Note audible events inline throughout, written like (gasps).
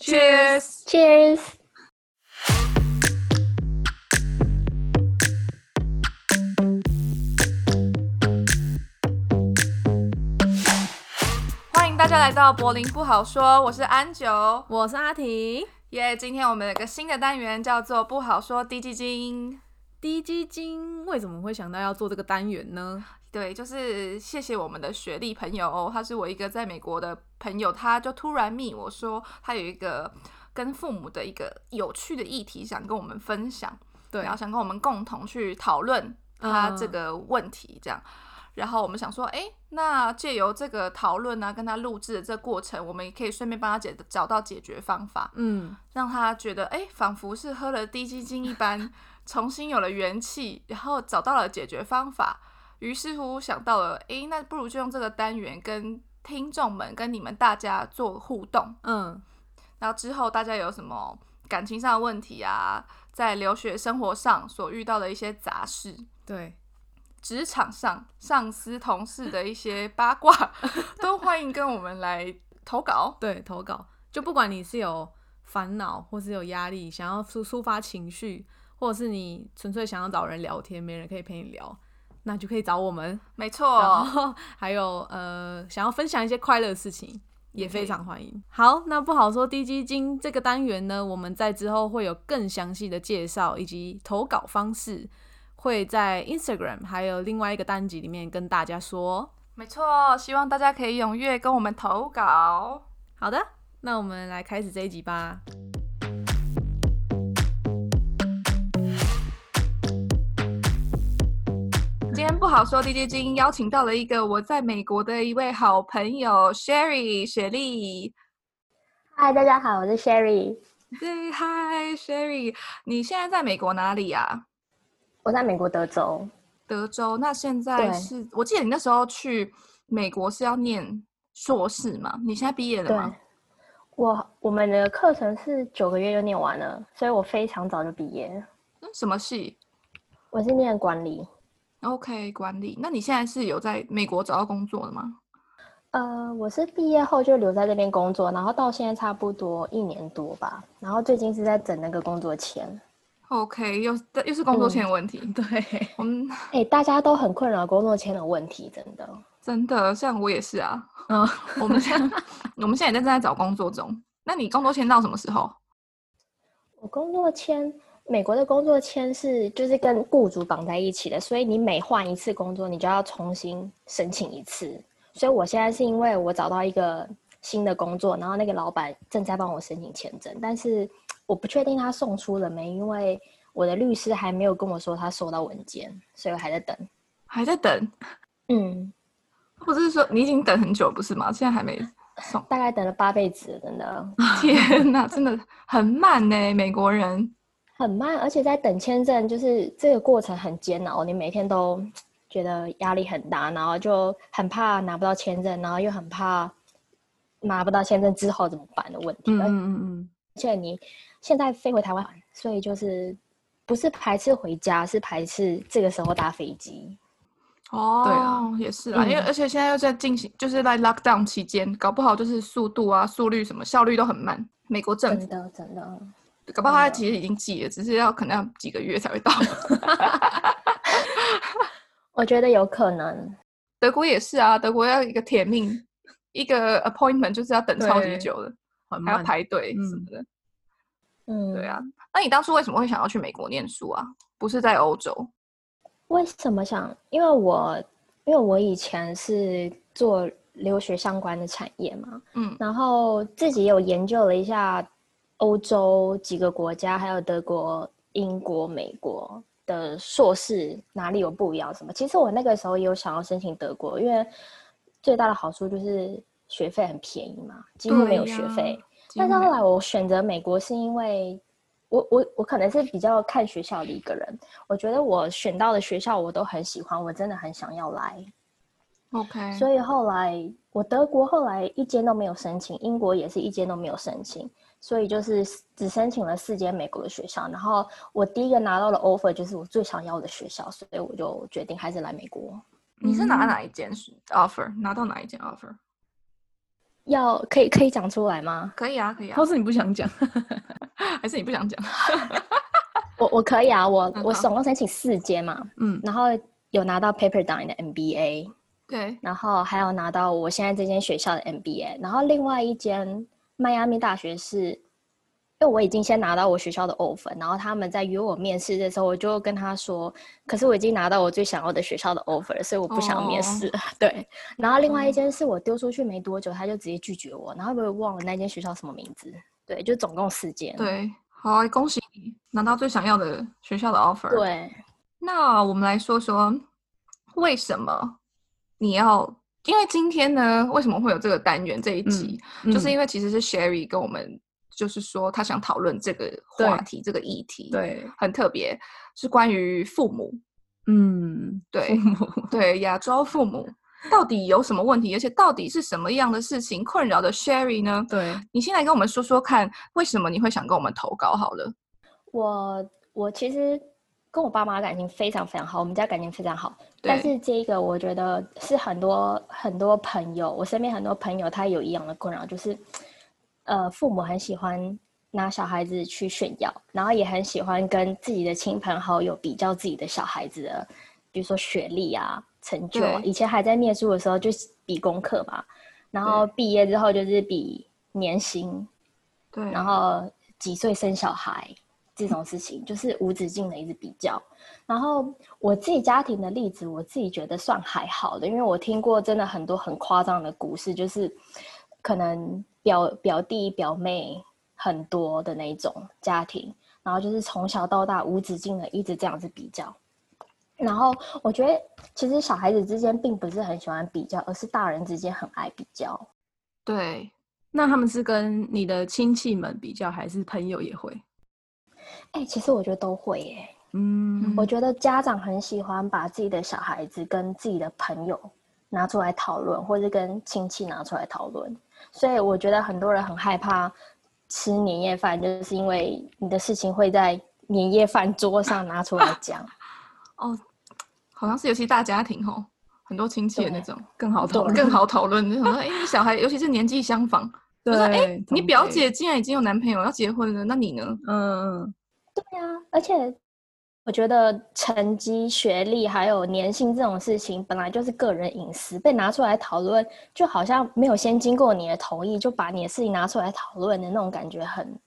Cheers！ Cheers！欢迎大家来到柏林不好说，我是安九。我是阿婷。耶、今天我们有个新的单元叫做“不好说低基金低基金为什么会想到要做这个单元呢？”。对，就是谢谢我们的学历朋友哦，他是我一个在美国的朋友，他就突然密我说他有一个跟父母的一个有趣的议题想跟我们分享，对啊然，后想跟我们共同去讨论他这嗯个问题，这样。然后我们想说，哎，那借由这个讨论呢、跟他录制的这过程，我们也可以顺便帮他解找到解决方法。嗯，让他觉得哎，诶仿佛是喝了低基精一般，重新有了元气，然后找到了解决方法。于是乎想到了，哎，那不如就用这个单元跟听众们、跟你们大家做互动。嗯，然后之后大家有什么感情上的问题啊，在留学生活上所遇到的一些杂事，对，职场上上司同事的一些八卦， (laughs) 都欢迎跟我们来投稿。对，投稿就不管你是有烦恼，或是有压力，想要抒抒发情绪，或者是你纯粹想要找人聊天，没人可以陪你聊，那就可以找我们。没然错，后 (laughs) 还有呃，想要分享一些快乐的事情，也可以非常欢迎。好，那不好说低基金这个单元呢，我们在之后会有更详细的介绍以及投稿方式，会在 Instagram 还有另外一个单集里面跟大家说。哦没错，希望大家可以踊跃跟我们投稿。好的，那我们来开始这一集吧。今天不好说，DJ 金邀请到了一个我在美国的一位好朋友 Sherry 雪莉。嗨，大家好，我是 Sherry，对，嗨 Sherry，你现在在美国哪里啊？我在美国德州。德州。那现在对是我记得你那时候去美国是要念硕士嘛？你现在毕业了对吗？，我我们的课程是九个月就念完了，所以我非常早就毕业。嗯什么系我是念管理， ？OK，管理。那你现在是有在美国找到工作的吗？呃，我是毕业后就留在这边工作，然后到现在差不多一年多吧，然后最近是在整那个工作签。 OK，又又是工作嗯签的问题。 (laughs) 对，我们 (laughs) 哎，大家都很困扰工作签的问题，真的。真的，像我也是啊。嗯， (laughs) 我们现在我们现在也在正在找工作中。那你工作签到什么时候？我工作签，美国的工作签是就是跟雇主绑在一起的，所以你每换一次工作，你就要重新申请一次。所以我现在是因为我找到一个新的工作，然后那个老板正在帮我申请签证，但是我不确定他送出了没，因为我的律师还没有跟我说他收到文件，所以我还在等。还在等？嗯，。不是说你已经等很久不是吗？现在 (laughs) 还没送大概等了八辈子了，真的天哪，真的很慢呢、美国人。很慢，而且在等签证，就是这个过程很煎熬，你每天都觉得压力很大，然后就很怕拿不到签证，然后又很怕拿不到签证之后怎么办的问题。嗯而嗯嗯且你现在飞回台湾，所以就是不是排斥回家，是排斥这个时候搭飞机。哦对啊，也是啊，因为嗯而且现在又在进行，就是在 lockdown 期间，搞不好就是速度啊、速率什么效率都很慢。美国政真府的，真的，搞不好他真的其实已经寄了，只是要可能要几个月才会到。 (laughs) 我觉得有可能。德国也是啊，德国要一个铁命，一个 appointment 就是要等超级对久的。嗯，很还要慢。排队什么嗯的。嗯，对啊，那你当初为什么会想要去美国念书啊？不是在欧洲？为什么想？因为我因为我以前是做留学相关的产业嘛，嗯然后自己有研究了一下欧洲几个国家，还有德国、英国、美国的硕士哪里有不一样什么。其实我那个时候也有想要申请德国，因为最大的好处就是学费很便宜嘛，几乎没有对学呀费。但是后来我选择美国是因为我我我可能是比较看学校的一个人，我觉得我选到的学校我都很喜欢，我真的很想要来， OK，所以后来我德国后来一间都没有申请，英国也是一间都没有申请，所以就是只申请了四间美国的学校，然后我第一个拿到的 offer 就是我最想要的学校，所以我就决定还是来美国。你是拿嗯哪一间是 offer？拿到哪一间 offer？要可以可以讲出来吗？可以啊，可以啊或，是你不想讲？还是你不想讲？我我可以啊，我嗯我好总共申请四间嘛，嗯，然后有拿到 Pepperdine 的 MBA，对，然后还有拿到我现在这间学校的 MBA，然后另外一间迈阿密大学是，因为我已经先拿到我学校的 offer，然后他们在约我面试的时候，我就跟他说，可是我已经拿到我最想要的学校的 offer，所以我不想面试了。 (laughs) 对，然后另外一间是我丢出去没多久，他就直接拒绝我，然后我也忘了那间学校什么名字。对，就总共四间。对，好啊，恭喜你拿到最想要的学校的 offer。，对，那我们来说说为什么你要？因为今天呢，为什么会有这个单元嗯这一集？就是为因为其实是 Sherry 跟我们，就是说他想讨论这个对话题，这个议题，，对，很特别，是关于父母，嗯，对对，亚洲父母到底有什么问题，而且到底是什么样的事情困扰着 Sherry 呢？ (laughs) 对，你先来跟我们说说看，为什么你会想跟我们投稿？好了，我我其实跟我爸妈感情非常非常好，我们家感情非常好。但对是这一个我觉得是很多很多朋友，我身边很多朋友他有一样的困扰，就是呃父母很喜欢拿小孩子去炫耀，然后也很喜欢跟自己的亲朋好友比较自己的小孩子的，比如说学历啊、成就啊。对以前还在念书的时候就是比功课嘛，然后毕业之后就是比年薪，对，然后几岁生小孩这种事情，就是无止境的一直比较。然后我自己家庭的例子，我自己觉得算还好的，因为我听过真的很多很夸张的故事，就是可能表表弟表妹很多的那一种家庭，然后就是从小到大无止境的一直这样子比较。然后我觉得，其实小孩子之间并不是很喜欢比较，而是大人之间很爱比较。对，那他们是跟你的亲戚们比较，还是朋友也会？哎、其实我觉得都会耶、嗯，我觉得家长很喜欢把自己的小孩子跟自己的朋友拿出来讨论，或是跟亲戚拿出来讨论，所以我觉得很多人很害怕吃年夜饭，就是因为你的事情会在年夜饭桌上拿出来讲。哦，好像是尤其大家庭吼，很多亲戚的那对种，更好讨论。更好讨论。就想说，哎、你小孩，尤其是年纪相仿，就说，哎、你同表辈，姐竟然已经有男朋友要结婚了，那你呢？嗯嗯，对啊，而且我觉得成绩、学历还有年薪这种事情，本来就是个人隐私，被拿出来讨论，就好像没有先经过你的同意就把你的事情拿出来讨论的那种感觉很，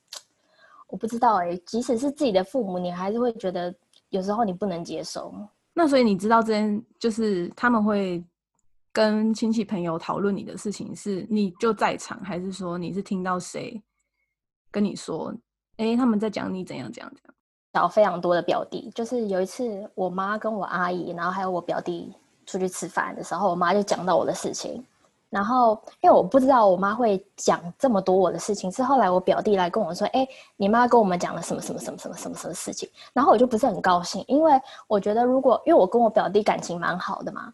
我不知道哎、即使是自己的父母，你还是会觉得有时候你不能接受。那所以你知道这件，就是他们会跟亲戚朋友讨论你的事情，是你就在场，还是说你是听到谁跟你说，哎、他们在讲你怎样怎样怎样？找非常多的表弟，就是有一次我妈跟我阿姨，然后还有我表弟出去吃饭的时候，我妈就讲到我的事情，然后因为我不知道我妈会讲这么多我的事情，是后来我表弟来跟我说，哎、你妈跟我们讲了什么什么什么什么什么什么事情，然后我就不是很高兴，因为我觉得如果因为我跟我表弟感情蛮好的嘛，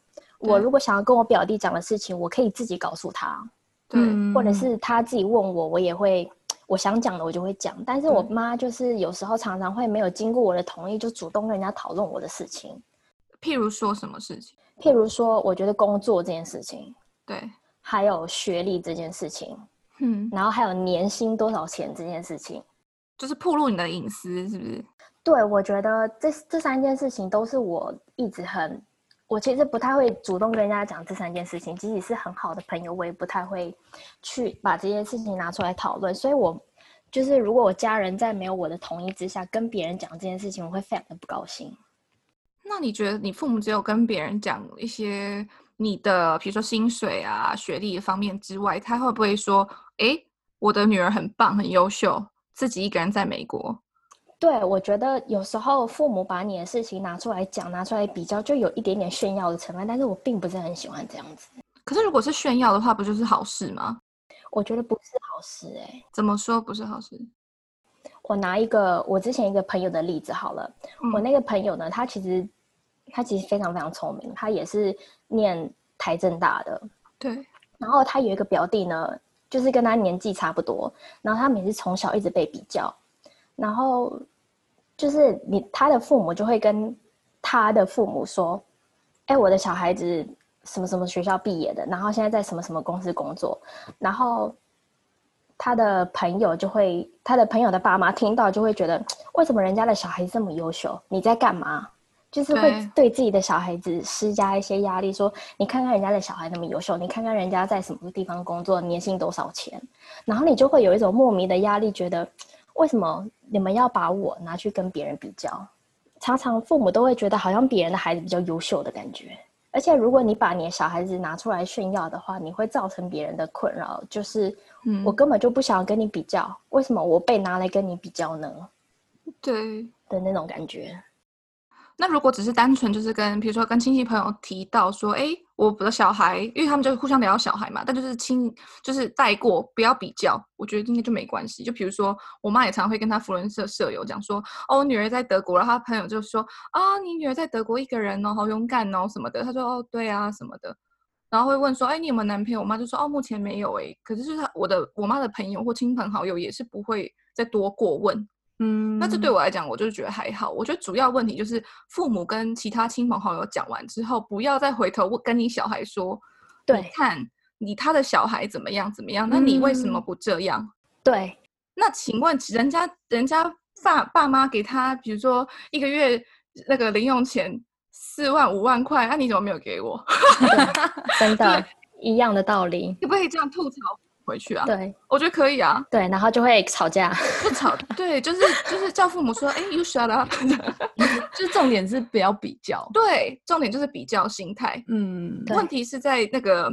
对我如果想要跟我表弟讲的事情，我可以自己告诉他，对，嗯或者是他自己问我，我也会我想讲的我就会讲。但是我对妈就是有时候常常会没有经过我的同意就主动跟人家讨论我的事情，譬如说什么事情？譬如说我觉得工作这件事情，对，还有学历这件事情，嗯，然后还有年薪多少钱这件事情。就是暴露你的隐私，是不是？对，我觉得这这三件事情都是我一直很，我其实不太会主动跟人家讲这三件事情，即使是很好的朋友，我也不太会去把这件事情拿出来讨论。所以我就是如果我家人在没有我的同意之下跟别人讲这件事情，我会非常的不高兴。那你觉得你父母只有跟别人讲一些你的，比如说薪水啊、学历方面之外，他会不会说，哎、我的女儿很棒，很优秀，自己一个人在美国？对，我觉得有时候父母把你的事情拿出来讲、拿出来比较，就有一点点炫耀的成分，但是我并不是很喜欢这样子，可是如果是炫耀的话，不就是好事吗？我觉得不是好事哎、怎么说不是好事？我拿一个我之前一个朋友的例子好了，我嗯那个朋友呢，他其实他其实非常非常聪明，他也是念台政大的。对，然后他有一个表弟呢，就是跟他年纪差不多，然后他们也是从小一直被比较，然后就是你他的父母就会跟他的父母说：“哎，我的小孩子什么什么学校毕业的，然后现在在什么什么公司工作，然后他的朋友就会，他的朋友的爸妈听到就会觉得，为什么人家的小孩子这么优秀，你在干嘛？就是会对自己的小孩子施加一些压力，说你看看人家的小孩那么优秀，你看看人家在什么地方工作，年薪多少钱，然后你就会有一种莫名的压力，觉得为什么你们要把我拿去跟别人比较？常常父母都会觉得好像别人的孩子比较优秀的感觉。而且，如果你把你的小孩子拿出来炫耀的话，你会造成别人的困扰，就是嗯我根本就不想跟你比较，为什么我被拿来跟你比较呢？对。的那种感觉。那如果只是单纯就是跟，比如说跟亲戚朋友提到说，哎，我的小孩，因为他们就互相聊小孩嘛，但就是亲，就是带过，不要比较，我觉得应该就没关系。就比如说，我妈也常会跟她福伦社舍友讲说，哦，我女儿在德国，然后她朋友就说，啊，你女儿在德国一个人哦，好勇敢哦什么的。她说，哦，对啊什么的。然后会问说，哎，你有没有男朋友？我妈就说，哦，目前没有哎。可是就是她我的我妈的朋友或亲朋好友也是不会再多过问，嗯，那这对我来讲，我就觉得还好。我觉得主要问题就是父母跟其他亲朋好友讲完之后，不要再回头问跟你小孩说，你对看你他的小孩怎么样怎么样，那你为什么嗯不这样？ (laughs) 对，那请问人家人家爸爸妈给他，比如说一个月那个零用钱四万五万块，那、你怎么没有给我？ (laughs) 真的对一样的道理。可不可以这样吐槽回去啊？对我觉得可以啊，对，然后就会吵架。不吵。 (laughs) 对，就是就是叫父母说，哎、y o u shut up (laughs) 就重点是不要比较。对，重点就是比较心态。嗯，对问题是在那个，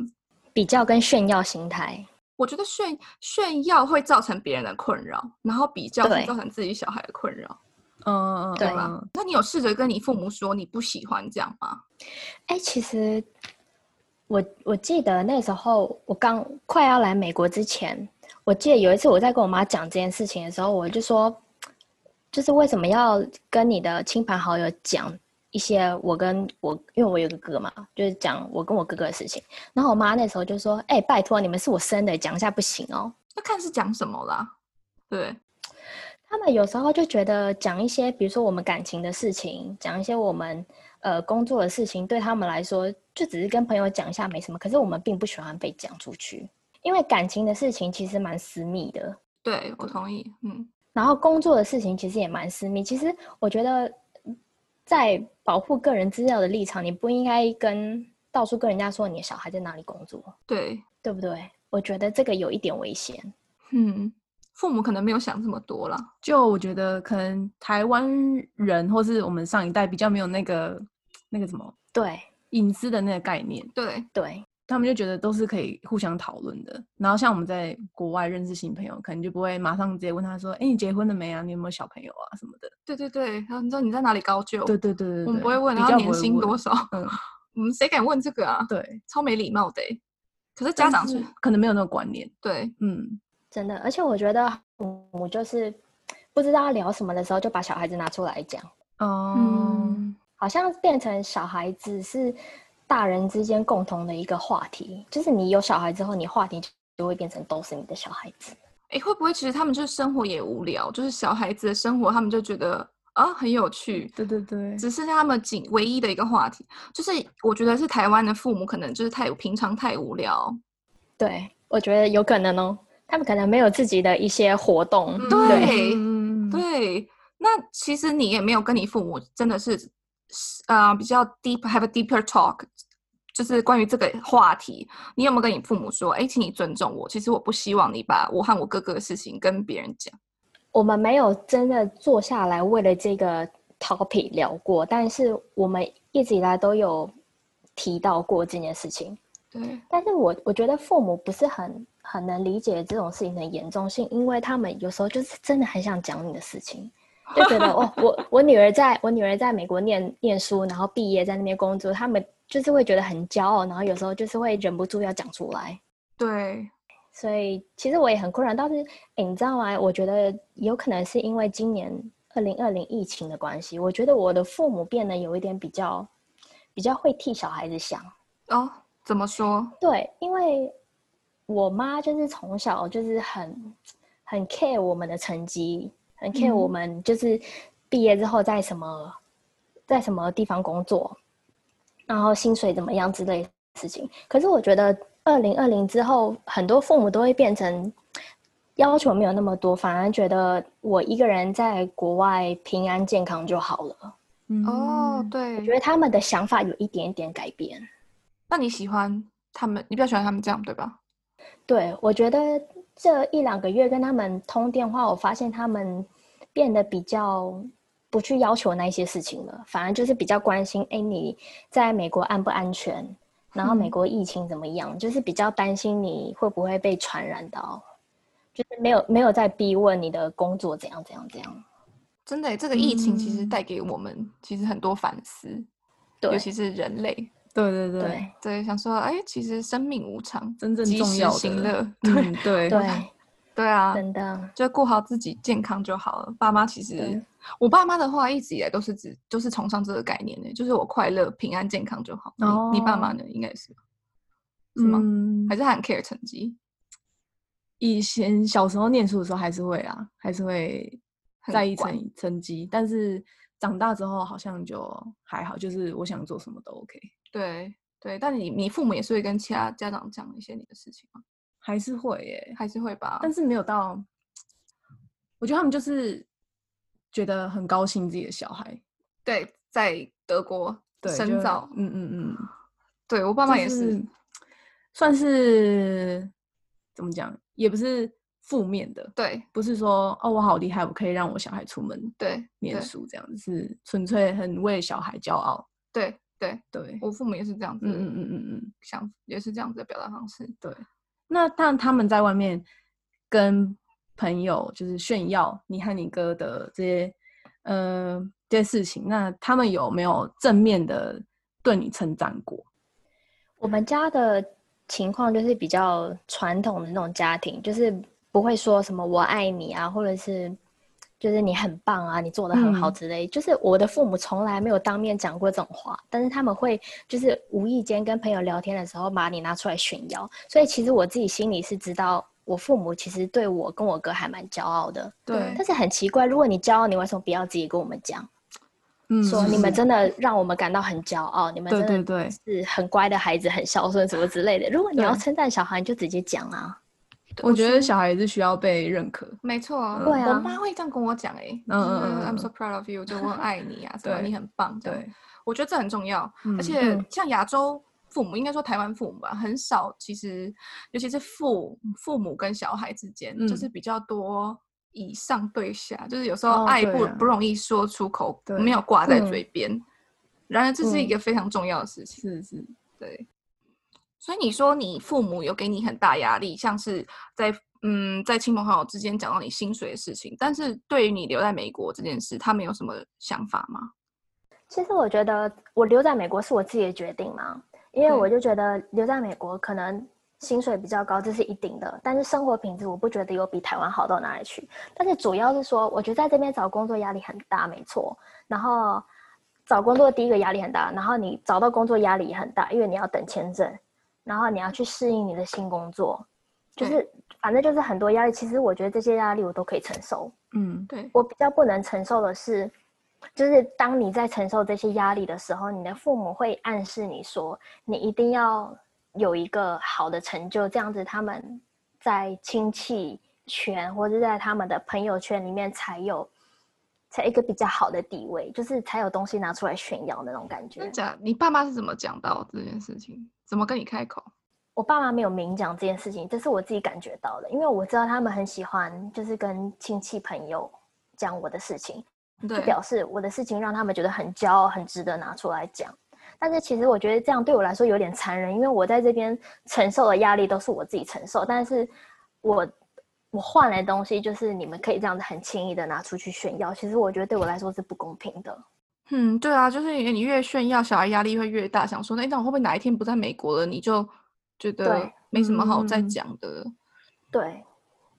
比较跟炫耀心态，我觉得炫炫耀会造成别人的困扰，然后比较会对造成自己小孩的困扰，嗯，对吧？嗯那你有试着跟你父母说你不喜欢这样吗？哎、其实我我记得那时候我刚快要来美国之前，我记得有一次我在跟我妈讲这件事情的时候，我就说，就是为什么要跟你的亲朋好友讲一些我跟我，因为我有个哥哥嘛，就是讲我跟我哥哥的事情。然后我妈那时候就说：“哎、拜托，你们是我生的，讲一下不行哦。”那看是讲什么啦，对，他们有时候就觉得讲一些，比如说我们感情的事情，讲一些我们呃工作的事情，对他们来说就只是跟朋友讲一下没什么。可是我们并不喜欢被讲出去，因为感情的事情其实蛮私密的，对我同意，嗯，然后工作的事情其实也蛮私密。其实我觉得，在保护个人资料的立场，你不应该跟到处跟人家说你的小孩在哪里工作，对，对不对？我觉得这个有一点危险。嗯，父母可能没有想这么多啦，就我觉得可能台湾人或是我们上一代比较没有那个那个什么对隐私的那个概念，对，对他们就觉得都是可以互相讨论的。然后像我们在国外认识新朋友，可能就不会马上直接问他说：“哎，你结婚了没啊？你有没有小朋友啊？什么的。对对对。然后你知道你在哪里高就？”对对对对对，我们不会问比他较年不会薪问多少，嗯，我们谁敢问这个啊？对，超没礼貌的欸、可是家长但是是可能没有那个观念，对，嗯，真的，而且我觉得父母就是不知道要聊什么的时候，就把小孩子拿出来讲，哦、嗯好像变成小孩子是大人之间共同的一个话题。就是你有小孩之后，你话题就会变成都是你的小孩子。哎，会不会其实他们就是生活也无聊，就是小孩子的生活，他们就觉得啊很有趣，对对对，只是他们仅唯一的一个话题。就是我觉得是台湾的父母可能就是太平常太无聊，对，我觉得有可能哦，他们可能没有自己的一些活动。嗯对对嗯，对。那其实你也没有跟你父母真的是呃比较 deep have a deeper talk，就是关于这个话题，你有没有跟你父母说，哎，请你尊重我，其实我不希望你把我和我哥哥的事情跟别人讲。我们没有真的坐下来为了这个 topic 聊过，但是我们一直以来都有提到过这件事情。对，但是我我觉得父母不是很很能理解这种事情的严重性，因为他们有时候就是真的很想讲你的事情，就觉得哦，我我女儿在我女儿在美国念念书，然后毕业在那边工作，他们就是会觉得很骄傲，然后有时候就是会忍不住要讲出来。对，所以其实我也很困扰，但是诶你知道吗？我觉得有可能是因为今年二零二零疫情的关系，我觉得我的父母变得有一点比较比较会替小孩子想。哦，怎么说？对，因为我妈就是从小就是很很 care 我们的成绩，很 care 我嗯们就是毕业之后在什么在什么地方工作，然后薪水怎么样之类事情。可是我觉得二零二零之后，很多父母都会变成要求没有那么多，反而觉得我一个人在国外平安健康就好了。嗯哦，我觉对，得他们的想法有一点点改变。那你喜欢他们？你比较喜欢他们这样对吧？对，我觉得这一两个月跟他们通电话，我发现他们变得比较不去要求那一些事情了，反而就是比较关心，哎，你在美国安不安全？然后美嗯国疫情怎么样？就是比较担心你会不会被传染到，就是没有没有在逼问你的工作怎样怎样怎样。真的耶，这个疫情其实嗯带给我们其实很多反思，尤对其是人类。对对对，对对，想说，哎，其实生命无常，真正及重时要的行 (laughs) 乐。对嗯对对，对啊，真的就顾好自己健康就好了。爸妈其实对，我爸妈的话一直以来都是只就是崇尚这个概念的，就是我快乐、平安、健康就好。你你爸妈哦呢？应该是吧是吗？嗯还，是他很 care 成绩？以前小时候念书的时候还是会啊，还是会很在意管成成绩，但是长大之后好像就还好，就是我想做什么都 OK，对对，但你你父母也是会跟其他家长讲一些你的事情吗？还是会耶，还是会吧？但是没有到，我觉得他们就是觉得很高兴自己的小孩，对，在德国对，深就造，嗯嗯嗯，对我爸就妈也是，算是怎么讲，也不是负面的，对不是说哦我好厉害，我可以让我小孩出门对念对书这样子，是纯粹很为小孩骄傲，对对，对，我父母也是这样子，嗯嗯嗯嗯嗯，想也是这样子的表达方式。对。那但他们在外面跟朋友就是炫耀你和你哥的这些呃这些事情，那他们有没有正面的对你称赞过？我们家的情况就是比较传统的那种家庭，就是不会说什么“我爱你”啊，或者是就是你很棒啊，你做的很好嗯之类。就是我的父母从来没有当面讲过这种话，但是他们会就是无意间跟朋友聊天的时候把你拿出来炫耀。所以其实我自己心里是知道，我父母其实对我跟我哥还蛮骄傲的。对但是很奇怪，如果你骄傲，你为什么不要自己跟我们讲？嗯，说是你们是真的让我们感到很骄傲，你们对真对的是很乖的孩子，很孝顺什么之类的。如果你要对称赞小孩，你就直接讲啊。我觉得小。小孩也是需要被认可，没错啊，对我啊妈会这样跟我讲哎、欸，嗯就是嗯嗯嗯 I'm so proud of you，就我很爱你啊，什么对你很棒这样。对，我觉得这很重要，嗯而且嗯像亚洲父母，应该说台湾父母吧，很少其实，尤其是父父母跟小孩之间，就嗯是比较多以上对下，就是有时候哦爱对不、啊不容易说出口，对没有挂在嗯嘴边。然而这是一嗯个非常重要的事情，是是，对。所以你说你父母有给你很大压力，像是在嗯在亲朋好友之间讲到你薪水的事情，但是对于你留在美国这件事，他们有什么想法吗？其实我觉得我留在美国是我自己的决定嘛，因为对我就觉得留在美国可能薪水比较高，这是一定的，但是生活品质我不觉得有比台湾好到哪里去。但是主要是说，我觉得在这边找工作压力很大，没错。然后找工作第一个压力很大，然后你找到工作压力也很大，因为你要等签证，然后你要去适应你的新工作，就对是反正就是很多压力。其实我觉得这些压力我都可以承受。嗯对，我比较不能承受的是，就是当你在承受这些压力的时候，你的父母会暗示你说，你一定要有一个好的成就，这样子他们在亲戚圈或者在他们的朋友圈里面才有。才一个比较好的地位，就是才有东西拿出来炫耀那种感觉真。假？你爸妈是怎么讲到这件事情？怎么跟你开口？我爸妈没有明讲这件事情，这是我自己感觉到的，因为我知道他们很喜欢，就是跟亲戚朋友讲我的事情，就对，表示我的事情让他们觉得很骄傲，很值得拿出来讲。但是其实我觉得这样对我来说有点残忍，因为我在这边承受的压力都是我自己承受，但是我我换来的东西就是你们可以这样子很轻易的拿出去炫耀，其实我觉得对我来说是不公平的。嗯，对啊，就是你你越炫耀，小孩压力会越大，想说，那那我会不会哪一天不在美国了，你就觉得没什么好再嗯讲的了？对，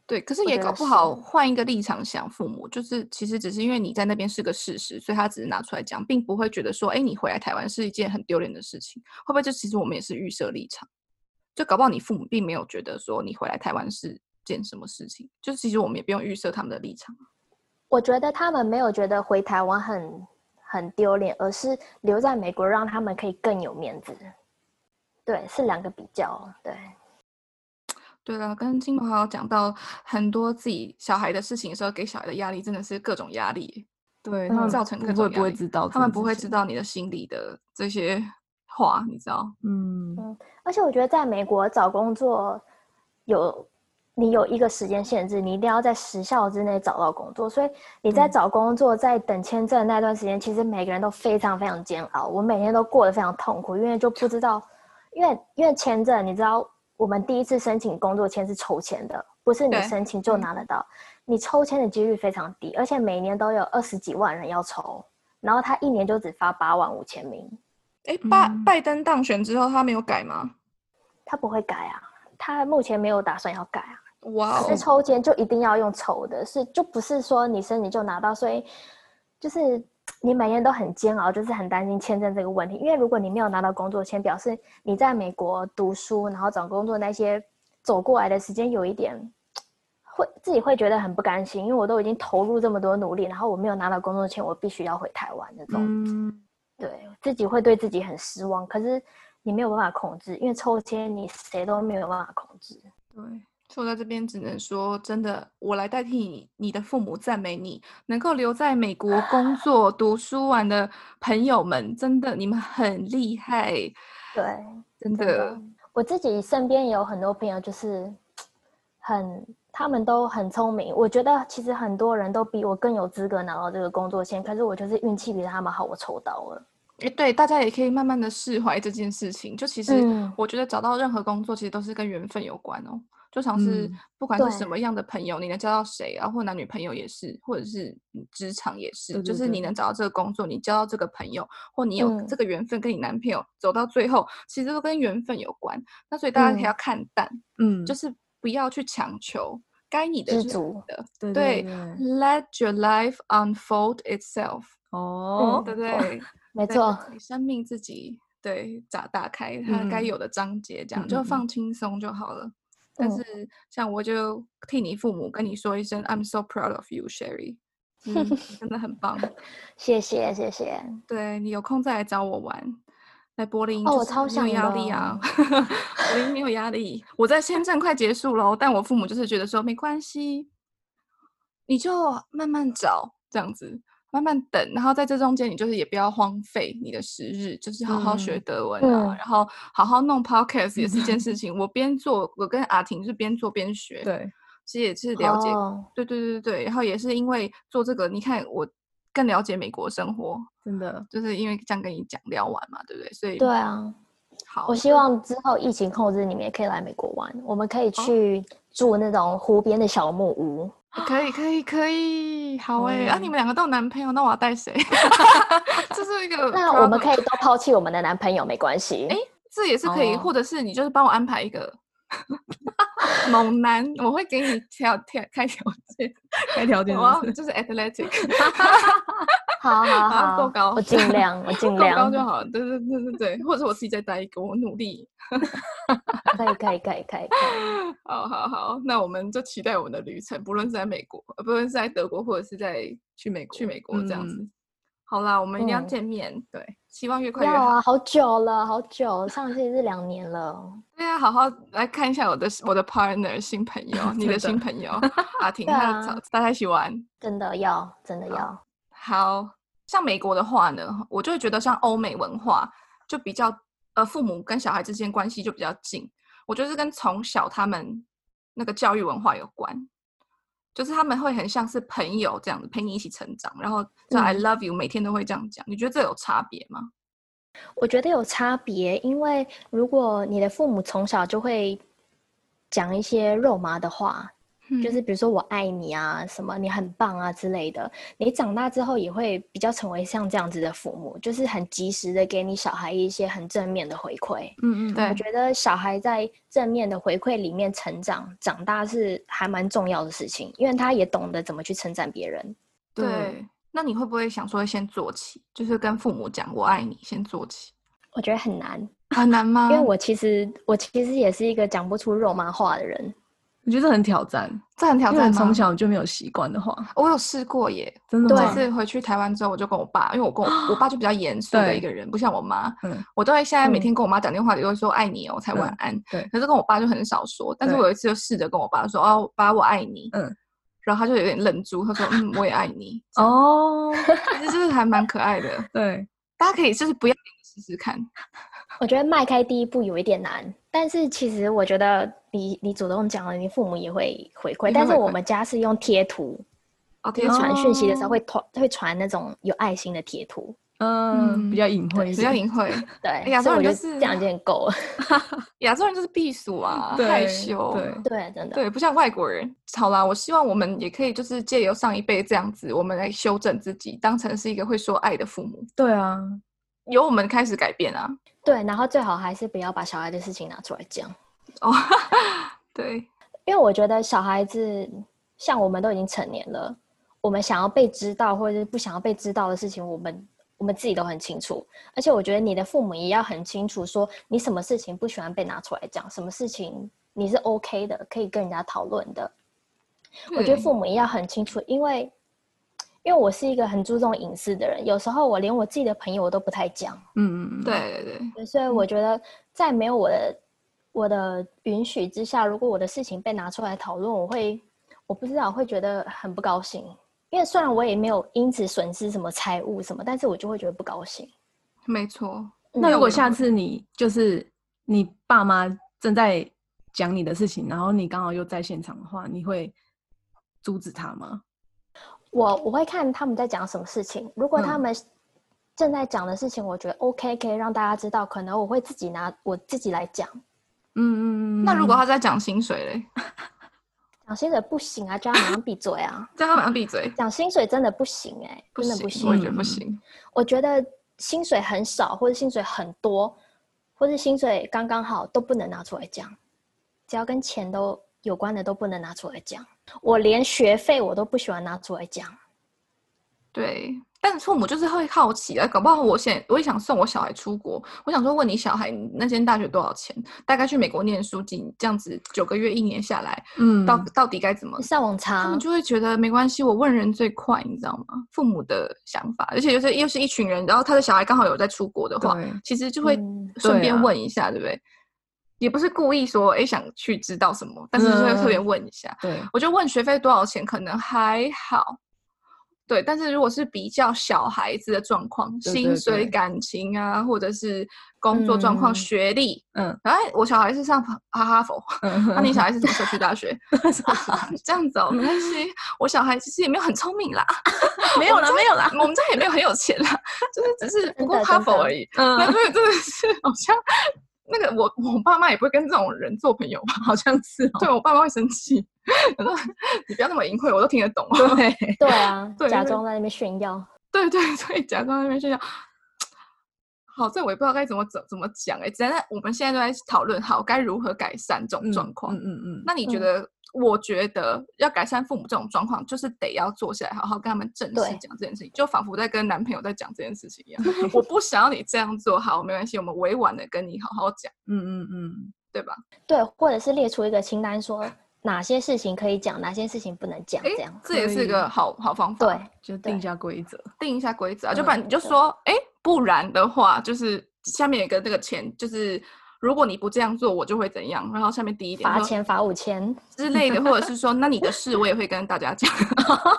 对，可是我也觉搞得不好是换一个立场想父母，就是其实只是因为你在那边是个事实，所以他只是拿出来讲，并不会觉得说，哎，你回来台湾是一件很丢脸的事情。会不会就其实我们也是预设立场？就搞不好你父母并没有觉得说你回来台湾是件什么事情，就其实我们也不用预设他们的立场。我觉得他们没有觉得回台湾很很丢脸，而是留在美国让他们可以更有面子。对，是两个比较，对，对了，跟金毛还有讲到很多自己小孩的事情的时候，给小孩的压力真的是各种压力，对他嗯他们们造成各不种会不压会力，知道，他们不会知，道你的心里的这些话，你知道？嗯，而且我觉得在美国找工作有你有一个时间限制，你一定要在时效之内找到工作，所以你在嗯找工作、在等签证的那段时间，其实每个人都非常非常煎熬。我每天都过得非常痛苦，因为就不知道，因为因为签证，你知道我们第一次申请工作签是抽签的，不是你对申请就嗯拿得到，你抽签的几率非常低，而且每年都有二十几万人要抽，然后他一年就只发八万五千名。哎，拜、嗯拜登当选之后，他没有改吗？他不会改啊，他目前没有打算要改啊。哇、可哦是！抽签就一定要用抽的，是就不是说你申请就拿到，所以就是你每天都很煎熬，就是很担心签证这个问题。因为如果你没有拿到工作签，表示你在美国读书，然后找工作那些走过来的时间有一点会自己会觉得很不甘心，因为我都已经投入这么多努力，然后我没有拿到工作签，我必须要回台湾那种。嗯，对自己会对自己很失望，可是你没有办法控制，因为抽签你谁都没有办法控制。对，所以我在这边只能说，真的，我来代替你，你的父母赞美你，能够留在美国工作、读书玩的朋友们，真的，你们很厉害，对真真的。的我自己身边也有很多朋友，就是很他们都很聪明，我觉得其实很多人都比我更有资格拿到这个工作签，可是我就是运气比他们好，我抽到了。诶对，大家也可以慢慢的释怀这件事情。就其实嗯我觉得找到任何工作，其实都是跟缘分有关哦。就尝试嗯不管是对什么样的朋友，你能交到谁啊，或男女朋友也是，或者是嗯职场也是，对就对是你对能找到这个工作，你交到这个朋友，或你有嗯这个缘分跟你男朋友走到最后，其实都跟缘分有关。那所以大家可以嗯要看淡，嗯，就是不要去强求，该你的知就是你足的。对对对，Let your life unfold itself，哦，对不没错对？没对就错，嗯自己生命自己对打打开它该嗯有的章节，这样、嗯就嗯嗯放轻松就好了。但嗯是像我就替你父母跟你说一声，I'm so proud of you, Sherry，嗯，你真的很棒。谢谢谢谢。对你有空再来找我玩，来柏林哦就我是超没有想压的哦力啊， (laughs) 柏林没有压力。我在签证快结束喽，但我父母就是觉得说没关系，你就慢慢找这样子，慢慢等，然后在这中间你就是也不要荒废你的时日，就是好好学嗯德文啊，嗯然后好好弄 podcast 也是一件事情。我边做，我跟阿婷是边做边学，，对，其实也是了解，哦对对对对，然后也是因为做这个，你看我更了解美国生活。真的，就是因为这样跟你讲聊完嘛，对不对？所以对啊，好，我希望之后疫情控制，你们也可以来美国玩，我们可以去住那种湖边的小木屋。可以，可以，可以，好哎、啊，你嗯们两个都有男朋友，那我要带谁？ (laughs) 这是一个 problem， (laughs) 那我们可以都抛弃我们的男朋友，没关系。诶这也是可以，哦或者是你就是帮我安排一 (laughs) 个猛男，我会给你挑挑开条件，开条件我要就是 athletic， (laughs) 好好好好，够高我尽量， (laughs) 我尽够量，高就好了，对对对对对，或者我自己再带一个，我努力。可以，可以，可以，可以，可以好好好，那我们就期待我们的旅程，不论是在美国，呃不论是在德国，或者是在去美国，去美国这样嗯子。好啦，我们一定要嗯见面，对，希望越快越要好。啊，好久了，好久，上次是两年了。对啊，好好来看一下我的我的 partner 新朋友，你真的的新朋友阿婷，对她找啊大家一起玩。真的要，真的好要，好像美国的话呢，我就会觉得像欧美文化就比较，呃，父母跟小孩之间关系就比较近。我觉得是跟从小他们那个教育文化有关，就是他们会很像是朋友这样子陪你一起成长，然后叫 I 嗯 love you，、每天都会这样讲。你觉得这有差别吗？我觉得有差别，因为如果你的父母从小就会讲一些肉麻的话，嗯就是比如说我爱你啊，什么你很棒啊之类的，你长大之后也会比较成为像这样子的父母，就是很及时的给你小孩一些很正面的回馈。嗯嗯，对我觉得小孩在正面的回馈里面成长、长大是还蛮重要的事情，因为他也懂得怎么去称赞别人。对对。那你会不会想说先做起，就是跟父母讲我爱你，先做起，我觉得很难， (laughs) 很难吗？因为我其实我其实也是一个讲不出肉麻话的人，我觉得很挑战，这很挑因为战我吗？从小就没有习惯的话，我有试过耶，真的我这对吗？嗯次回去台湾之后，我就跟我爸，因为我跟我我爸就比较严肃的对一个人，不像我妈，嗯我都会现在每嗯天跟我妈讲电话，也都会说爱你哦，才晚嗯安。对可是跟我爸就很少说。但是对我有一次就试着跟我爸说，哦，爸，我爱你。嗯。然后他就有点愣住，他说，嗯，我也爱你。这样，哦，其实就是还蛮可爱的，对，大家可以就是不要脸地试试看。我觉得迈开第一步有一点难，但是其实我觉得你你主动讲了，你父母也会回馈。也会但是回我馈们家是用贴图，哦，就贴是出传讯息的时哦候会传会传那种有爱心的贴图。嗯，嗯比较隐晦一点，只要隐晦，对，亚所以洲我人就觉得是这样就很够了。 (laughs) 亚洲人就是避暑啊，对害羞。对对，真的。对，不像外国人。好啦，我希望我们也可以就是借由上一辈这样子，我们来修正自己，当成是一个会说爱的父母，对啊，由我们开始改变啊。对，然后最好还是不要把小孩的事情拿出来讲，哦，对，因为我觉得小孩子像我们都已经成年了，我们想要被知道或者是不想要被知道的事情，我们我们自己都很清楚。而且我觉得你的父母也要很清楚，说你什么事情不喜欢被拿出来讲，什么事情你是 OK 的，可以跟人家讨论的。我觉对得父母也要很清楚，因为因为我是一个很注重隐私的人，有时候我连我自己的朋友我都不太讲。嗯，嗯，对对对，对所以我嗯觉得在没有我的我的允许之下，如果我的事情被拿出来讨论，我会我不知道我会觉得很不高兴。因为虽然我也没有因此损失什么财物什么，但是我就会觉得不高兴。嗯没错。那如果我也下会次你就是你爸妈正在讲你的事情，然后你刚好又在现场的话，你会阻止他吗？我我会看他们在讲什么事情，如果他嗯们正在讲的事情，我觉得 OK 可以让大家知道，可能我会自己拿我自己来讲。嗯嗯嗯。那如果嗯他在讲薪水嘞，讲薪水不行啊，叫他马上闭 (laughs) 嘴啊！叫他马上闭嘴，讲薪水真的不行哎、真的不行。我也觉得不嗯行。我觉得薪水很少，或者薪水很多，或是薪水刚刚好，都不能拿出来讲。只要跟钱都有关的，都不能拿出来讲。我连学费我都不喜欢拿出来讲。对，但父母就是会好奇啊，搞不好我想我也想送我小孩出国，我想说问你小孩你那间大学多少钱，大概去美国念书几这样子九个月一年下来，嗯到到底该怎么上网哦他查们，就会觉得没关系，我问人最快，你知道吗？父母的想法，而且又是又是一群人，然后他的小孩刚好有在出国的话对，其实就会嗯顺对便啊问一下，对不对？也不是故意说哎想去知道什么，但是就是会特别嗯问一下。对我觉得问学费多少钱可能还好，对，但是如果是比较小孩子的状况，对薪对水、对感情啊，或者是工作状况、嗯学历，嗯哎，我小孩是上哈哈佛，嗯，那、你小 (laughs) 孩是什么时候去大学？ (laughs) 这样子哦，没关系。我小孩其实也没有很聪明啦，没有 (laughs) 啦，没有啦， (laughs) 我们家也没有很有钱啦， (laughs) 就是 (laughs) 只是不真过的哈真佛的而已。 (laughs) 那嗯，这个真的是好像那个我我爸妈也不会跟这种人做朋友吧？好像是哦，对我爸妈会生气，我说你不要那么淫秽，我都听得懂。对，对啊对，假对装在那边炫耀。 (laughs) 对对 (laughs) 对，假装在那边炫耀。好，这我也不知道该怎么怎怎么讲哎、欸，但我们现在都在讨论好该如何改善这种嗯状况。嗯嗯嗯，那你觉嗯得？我觉得要改善父母这种状况，就是得要坐下来，好好跟他们正式对讲这件事情，就仿佛在跟男朋友在讲这件事情一 (laughs) 样。我不想要你这样做，好，没关系，我们委婉的跟你好好讲，嗯嗯嗯，对吧？对，或者是列出一个清单，说哪些事情可以讲，哪些事情不能讲，哎这样。这也可是一以个好好方法，对，就定一对下规则，定一下规则啊，就嗯不然你就对说，哎、不然的话，就是下面有一个这个钱，就是如果你不这样做，我就会怎样，然后下面第一点罚说钱罚五千。之类的，或者是说，那你的事我也会跟大家讲，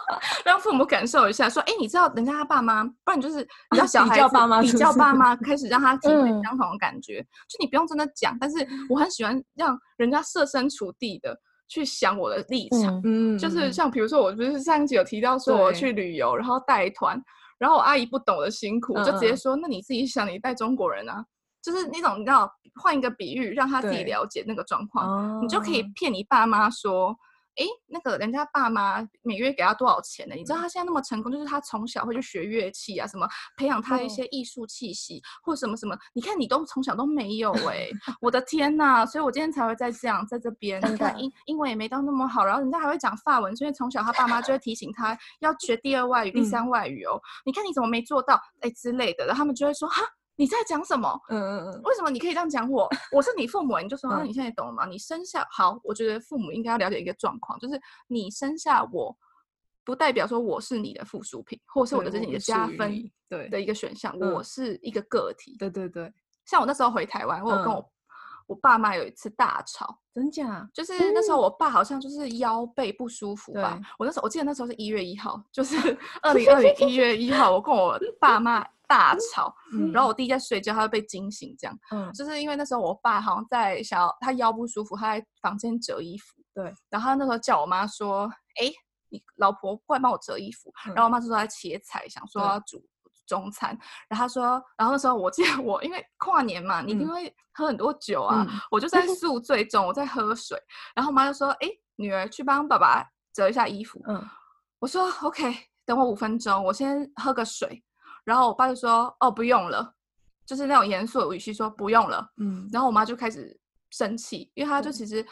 (laughs) 让父母感受一下，说，哎、你知道人家他爸妈，不然就是你知道小比孩较子爸妈比是不较是爸妈，开始让他体会嗯相同的感觉，就你不用真的讲，但是我很喜欢让人家设身处地的去想我的立场。嗯，嗯，就是像比如说，我不是上一集有提到说我对去旅游，然后带团，然后我阿姨不懂我的辛苦，我就直嗯接嗯说：“那你自己想，你带中国人啊。”就是那种你知道，换一个比喻，让他自己对了解那个状况，哦你就可以骗你爸妈说：“诶，那个人家爸妈每月给他多少钱呢？你知道他现在那么成功，就是他从小会去学乐器啊，什么培养他一嗯些艺术气息，或什么什么。你看你都从小都没有诶。我的天呐！所以我今天才会在这样在这边。你真看的英英文也没到那么好，然后人家还会讲法文，所以从小他爸妈就会提醒他要学第二外语、第嗯三外语哦。你看你怎么没做到？哎之类的，然后他们就会说哈。你在讲什么？嗯嗯嗯，为什么你可以这样讲我？ (laughs) 我是你父母，你就说，那、啊嗯你现在懂了吗？你生下好，我觉得父母应该要了解一个状况，就是你生下我，不代表说我是你的附属品，或是我的这对是你的不加属于分你对的一个选项，嗯我是一个个体。对对对，像我那时候回台湾，我有跟嗯我、我爸妈有一次大吵，真假？就是那时候我爸好像就是腰背不舒服吧哦对，我那时候我记得那时候是一月一号，就是 (laughs) 二零二零一月一号，我跟我爸妈大吵，嗯然后我弟在睡觉，他就被惊醒，这样嗯就是因为那时候我爸好像在想要他腰不舒服，他在房间折衣服，对，然后他那时候叫我妈说，哎、你老婆过来帮我折衣服，然后我妈就说她切菜，想说嗯对要煮中餐，然后她说，然后那时候我记得我因为跨年嘛，你一定嗯会喝很多酒啊，嗯我就在宿醉中，我在喝水，然后我妈就说：“哎，女儿去帮爸爸折一下衣服。嗯，”我说：“OK，等我五分钟，我先喝个水。”然后我爸就说：“哦，不用了。”就是那种严肃的语气说：“不用了。”嗯，然后我妈就开始生气，因为她就对其实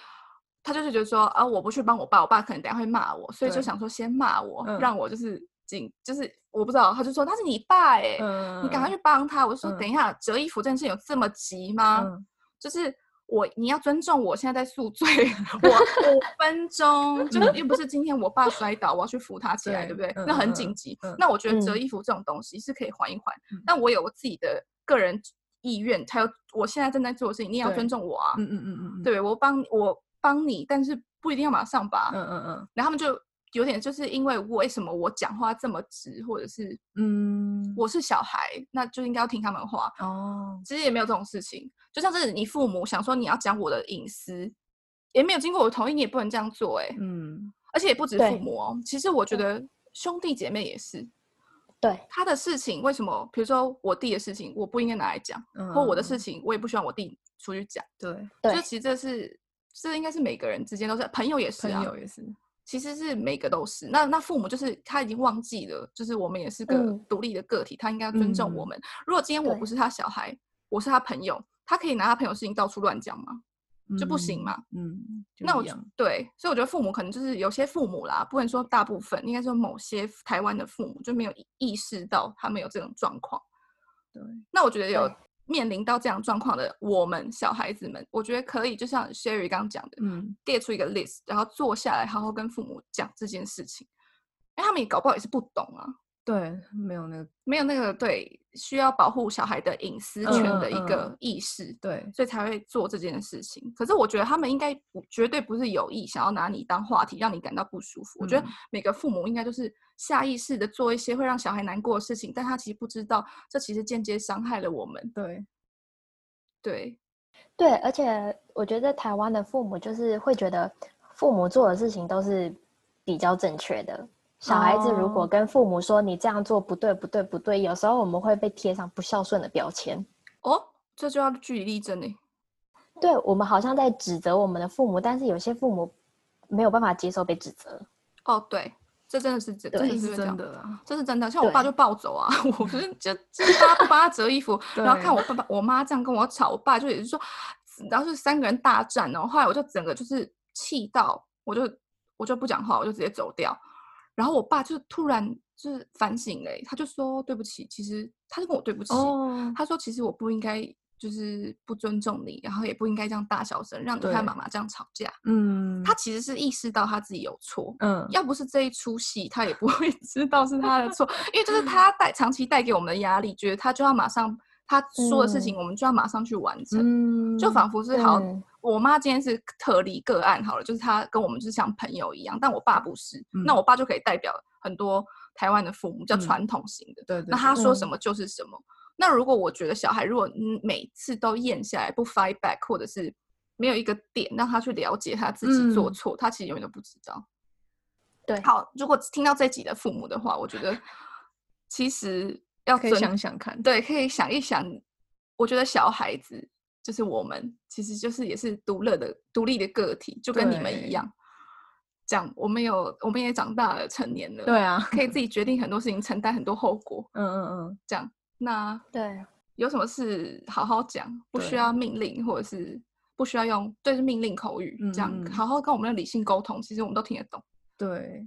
她就是觉得说啊，我不去帮我爸，我爸可能等下会骂我，所以就对想说先骂我，嗯让我就是紧，就是我不知道，她就说他是你爸哎、嗯你赶快去帮他。我就说嗯等一下，折衣服这件事情有这么急吗？嗯就是我你要尊重我现在在宿醉， (laughs) 我五分钟，就是又不是今天我爸摔倒，我要去扶他起来，对嗯对不对？嗯那很嗯紧嗯急。嗯那我觉得折嗯衣服这种东西是可以缓一缓，嗯但我有我自己的个人意愿，还有我现在正在做的事情，你也要尊对重我啊。嗯嗯嗯嗯，嗯，对我帮我帮你，但是不一定要马上吧。嗯嗯嗯然后他们就有点就是因为为什么我讲话这么直，或者是嗯，我是小孩，那就应该要听他们话。哦，其实也没有这种事情，就像是你父母想说你要讲我的隐私，也没有经过我同意，你也不能这样做哎、嗯，而且也不止对父母哦，其实我觉得兄弟姐妹也是，对，他的事情为什么，比如说我弟的事情，我不应该拿来讲，或我的事嗯，情，我也不希望我弟出去讲。对，对就其实这是这应该是每个人之间都是，朋友也是朋啊，友也是，其实是每个都是。那那父母就是他已经忘记了，就是我们也是个嗯独立的个体，他应该要尊重我嗯们。如果今天我对不是他小孩，我是他朋友，他可以拿他朋友事情到处乱讲吗？就不行嗯嘛，嗯，就那一我就样对，所以我觉得父母可能就是有些父母啦，不能说大部分，应该说某些台湾的父母就没有意意识到他们有这种状况。对，那我觉得有对面临到这样状况的我们小孩子们，我觉得可以就像 Sherry 刚刚讲的，嗯，列出一个 list，然后坐下来好好跟父母讲这件事情，因为他们也搞不好也是不懂啊，对，没有那个，没有那个对需要保护小孩的隐私权嗯的一嗯个意识，对，所以才会做这件事情。可是我觉得他们应该不绝对不是有意想要拿你当话题，让你感到不舒服。我觉得嗯每个父母应该就是下意识的做一些会让小孩难过的事情，但他其实不知道，这其实间接伤害了我们。对，对，对，而且我觉得台湾的父母就是会觉得父母做的事情都是比较正确的。小孩子如果哦跟父母说你这样做不对不对不对，有时候我们会被贴上不孝顺的标签。哦，这就要据理力争欸呢。对，我们好像在指责我们的父母，但是有些父母没有办法接受被指责。哦，对，这真的是真，真对的这是是会这样真。的啦，这是真的，像我爸对就暴走啊！ (laughs) 我不是就就是大家不帮他折衣服，然后 (laughs) 对看我爸爸、我妈这样跟我吵，我爸就也是说，然后是三个人大战哦。后来我就整个就是气到，我就我就不讲话，我就直接走掉。然后我爸就突然就是反省嘞、他就说对不起，其实他就跟我对不起，哦，他说其实我不应该就是不尊重你，然后也不应该这样大小声，让你和对妈妈这样吵架。嗯，他其实是意识到他自己有错，嗯，要不是这一出戏，他也不会 (laughs) 知道是他的错，因为就是他带长期带给我们的压力，觉得他就要马上他说的事情，我们就要马上去完成，嗯，就仿佛是好。嗯我妈今天是特例个案好了，就是她跟我们就是像朋友一样，但我爸不是，那嗯我爸就可以代表很多台湾的父母，比较嗯传统型的。对对，那他说什嗯么就是什么。那如果我觉得小孩如果嗯每次都咽下来不 fight back，或者是没有一个点让他去了解他自己做嗯错，他其实永远都不知道。对好，如果听到这集的父母的话，我觉得其实要可以尊想想看，对，可以想一想。我觉得小孩子就是我们，其实就是也是独乐的独立的个体，就跟你们一对样。这样，我们有，我们也长大了，成年了，对，啊，可以自己决定很多事情，承担很多后果。嗯嗯嗯，这样，那对，有什么事好好讲，不需对要命令，或者是不需要用对是命令口语，这样嗯嗯好好跟我们的理性沟通，其实我们都听得懂。对，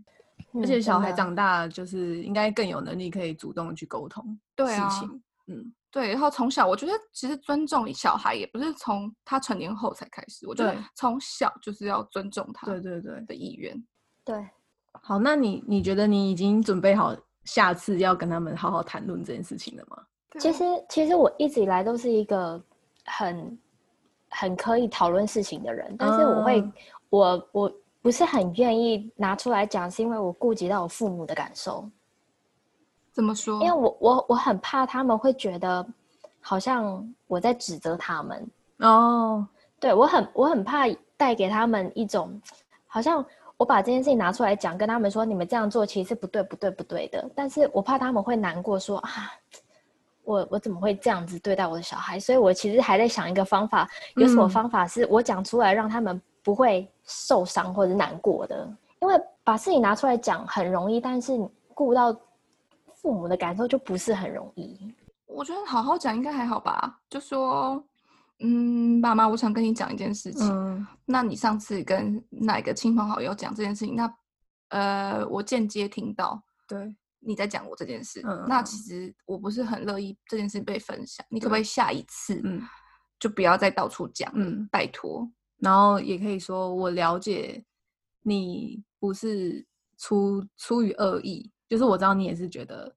嗯而且小真孩的长大了就是应该更有能力可以主动去沟通对事啊情，嗯，对，然后从小我觉得其实尊重小孩也不是从他成年后才开始，我觉得对从小就是要尊重他对对对，的意愿。对，好，那你你觉得你已经准备好下次要跟他们好好谈论这件事情了吗？对其啊实其实我一直以来都是一个很很可以讨论事情的人，但是我会、嗯我我不是很愿意拿出来讲，是因为我顾及到我父母的感受，怎么说因？为我我我很怕他们会觉得好像我在指责他们，哦，对我很我很怕带给他们一种好像。我把这件事情拿出来讲，跟他们说你们这样做其实是不对、不对、不对的。但是我怕他们会难过说啊，我我怎么会这样子对待我的小孩？所以我其实还在想一个方法，有什么嗯方法是我讲出来让他们不会受伤或者难过的？因为把事情拿出来讲很容易，但是顾到父母的感受就不是很容易。我觉得好好讲应该还好吧，就说，嗯，妈妈，我想跟你讲一件事情。嗯那你上次跟哪个亲朋好友讲这件事情？那呃，我间接听到对，你在讲我这件事，嗯那嗯其实我不是很乐意这件事被分享。你可不对可以下一次嗯就不要再到处讲？嗯，拜托，然后也可以说我了解你不是出出于恶意，就是我知道你也是觉得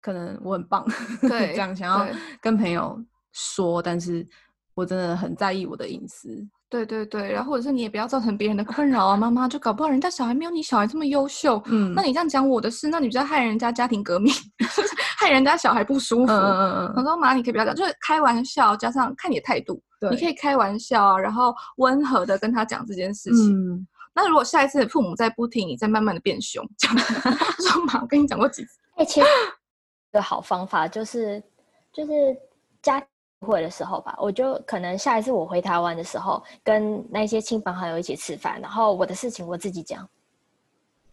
可能我很棒，对 (laughs) 这样想要对跟朋友说，但是我真的很在意我的隐 (laughs) 私，对对对，然后或者是你也不要造成别人的困扰啊，妈妈，就搞不好人家小孩没有你小孩这么优秀。嗯，那你这样讲我的事，那你就在害人家家庭革命， (laughs) 害人家小孩不舒 (laughs) 嗯服。嗯嗯我嗯，说妈，你可以不要讲，就是开玩笑，加上看你的态度，对，你可以开玩笑啊，然后温和的跟他讲这件事情。嗯，那如果下一次父母再不听，你再慢慢的变凶，讲说 (laughs) 妈，我跟你讲过几次，哎、其实一个好方法就是就是家庭聚会的时候吧，我就可能下一次我回台湾的时候，跟那些亲朋好友一起吃饭，然后我的事情我自己讲，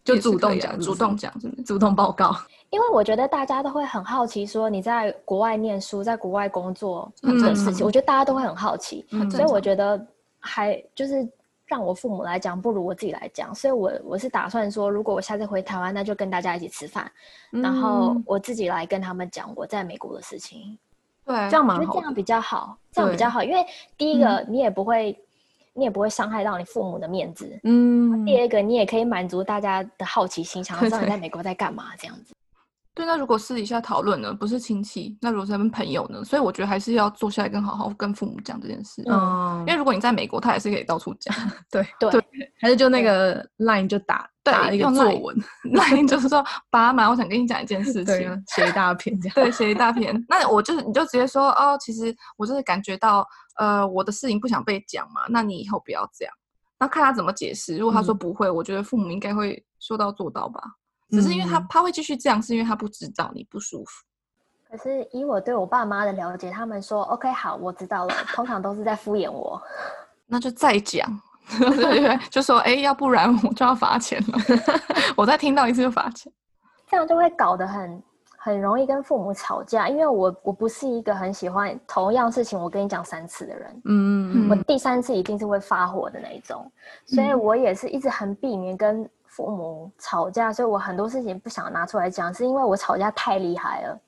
就也是主可动以啊讲，主动讲，真的。主动报告，因为我觉得大家都会很好奇，说你在国外念书，在国外工作做的事情，嗯我觉得大家都会很好奇，很所以正我常觉得还就是。让我父母来讲，不如我自己来讲，所以我我是打算说，如果我下次回台湾，那就跟大家一起吃饭，然后嗯我自己来跟他们讲我在美国的事情。 (laughs) 对，啊这样我觉蛮得这好的，样比较好，这样比较对嗯好，因为第一个你也不会，你也不会伤害到你父母的面子；嗯，第二个你也可以满足大家的好奇心，想要知道你在美国在干嘛这样子。对，那如果私底下讨论呢，不是亲戚，那如果是他们朋友呢？所以我觉得还是要坐下来跟好好跟父母讲这件事，嗯嗯因为，如果你在美国，他也是可以到处讲，对对还是就那个 line 就打对 (laughs) 打一个用作 (laughs) Line 文，那你就是说爸妈，我想跟你讲一件事 (laughs) 对情啊，，写一大篇这样，对，写一大篇。那我就是，你就直接说哦，其实我就是感觉到，呃，我的事情不想被讲嘛，那你以后不要这样。那看他怎么解释。如果他说嗯不会，我觉得父母应该会说到做到吧。只是因为他、嗯他会继续这样，是因为他不知道你不舒服。可是以我对我爸妈的了解，他们说 OK 好，我知道了，通常都是在敷衍我。那就再讲， (laughs) 就说哎、要不然我就要罚钱了。 (laughs) 我再听到一次就罚钱。这样就会搞得很很容易跟父母吵架，因为我我不是一个很喜欢同样事情我跟你讲三次的人，嗯我嗯第三次一定是会发火的那一种，所以嗯我也是一直很避免跟父母吵架，所以我很多事情不想拿出来讲，是因为我吵架太厉害了。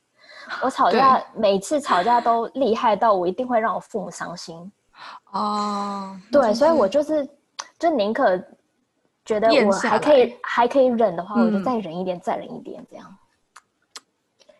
我吵架每次吵架都厉害到我一定会让我父母 (laughs) 伤心，哦，那对，就所以我是就是就宁可觉得咽我下还可以来还可以忍的话，我就嗯再忍一点，再忍一点这样。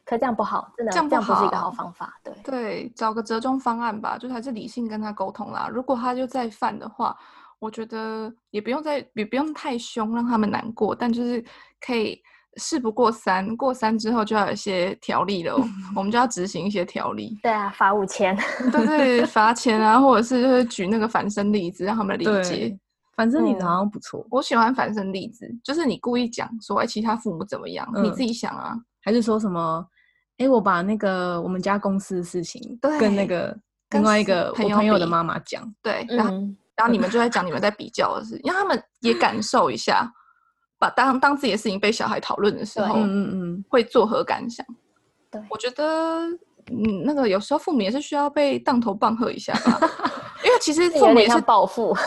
可这样不好，真的这样不不是一个好好方法。对，，对，找个折中方案吧，就是还是理性跟他沟通啦。如果他就再犯的话，我觉得也不用再也不用太凶，让他们难过，但就是可以事不过三，过三之后就要有一些条例 (laughs) 了哦，我们就要执行一些条例对啊，罚五千。对对，罚钱啊，或者是就是举那个反身例子，让他们理解对。，反正你嗯好像不错，我喜欢反身例子，就是你故意讲说，哎，其他父母怎么样，你嗯自己想啊，还是说什么？哎，我把那个我们家公司的事情跟对那个跟另外一是个朋我友朋友的比妈妈讲，对，然后 (laughs) 嗯，然后你们就在讲你们在比较的事，让他们也感受一下，把当当自己的事情被小孩讨论的时对候，嗯嗯会作何感想？对我觉得，嗯，那个有时候父母也是需要被当头棒喝一下吧，因为其实 (laughs) 这父有母点也是像报复。 (laughs)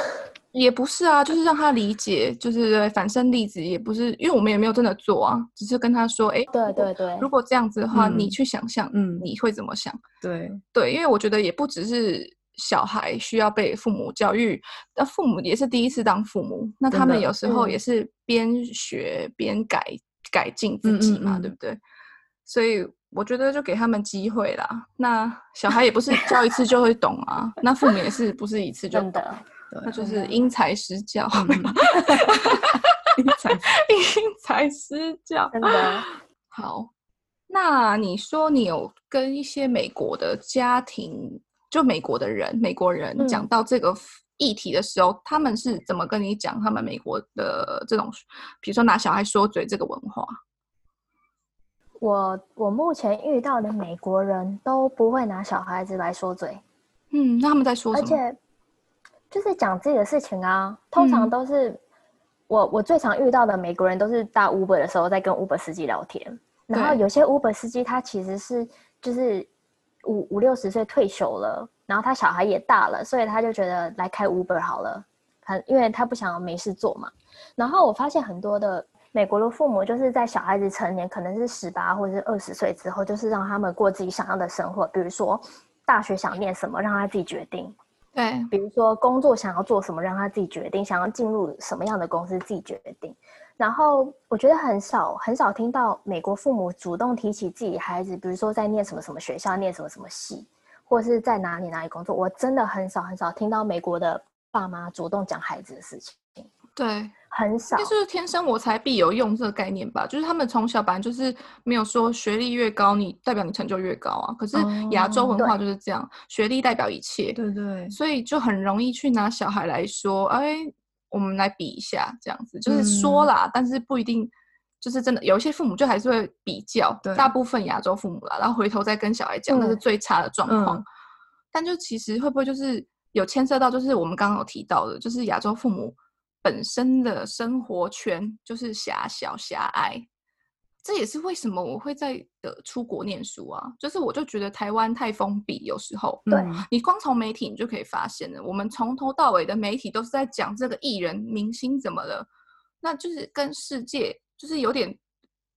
也不是啊，就是让他理解，就是反身例子，也不是，因为我们也没有真的做啊，只是跟他说，哎，对对对，如果这样子的话，嗯你去想想，嗯你会怎么想？对，对，因为我觉得也不只是小孩需要被父母教育，那父母也是第一次当父母，那真他们的有时候嗯也是边学边改改进嗯自嗯己嘛，嗯对不对？所以我觉得就给他们机会啦。那小孩也不是教一次就会懂啊，那父母也是不是一次就真懂，的，那就真是的因材施教，嗯 (laughs) 嗯因材因材施教。真的。 (gasps) 好，那你说你有跟一些美国的家庭，就美国的人，美国人讲嗯到这个 f- 议题的时候，他们是怎么跟你讲他们美国的这种，比如说拿小孩说嘴这个文化？我我目前遇到的美国人都不会拿小孩子来说嘴，嗯，那他们在说而什么？且就是讲自己的事情啊，通常嗯都是、我我最常遇到的美国人都是搭 Uber 的时候在跟 Uber 司机聊天，然后对有些 Uber 司机他其实是就是五五六十岁退休了，然后他小孩也大了，所以他就觉得来开 Uber 好了，很因为他不想没事做嘛。然后我发现很多的美国的父母就是在小孩子成年，可能是十八或者是二十岁之后，就是让他们过自己想要的生活，比如说大学想念什么，让他自己决定。对，比如说工作想要做什么，让他自己决定；想要进入什么样的公司，自己决定。然后我觉得很少很少听到美国父母主动提起自己孩子，比如说在念什么什么学校、念什么什么系，或是在哪里哪里工作。我真的很少很少听到美国的爸妈主动讲孩子的事情，对，很少嗯那。就是天生我材必有用这个概念吧，就是他们从小本来就是没有说学历越高，你代表你成就越高啊。可是亚洲哦文化就是这样，学历代表一切。对对，所以就很容易去拿小孩来说，哎，我们来比一下，这样子就是说嗯啦，但是不一定就是真的。有一些父母就还是会比较对，大部分亚洲父母啦，然后回头再跟小孩讲，那是嗯最差的状况。嗯但就其实会不会就是有牵涉到，就是我们刚刚有提到的，就是亚洲父母本身的生活圈就是狭小狭隘。这也是为什么我会在的出国念书啊，就是我就觉得台湾太封闭，有时候，对嗯你光从媒体你就可以发现了，我们从头到尾的媒体都是在讲这个艺人、明星怎么了，那就是跟世界就是有点，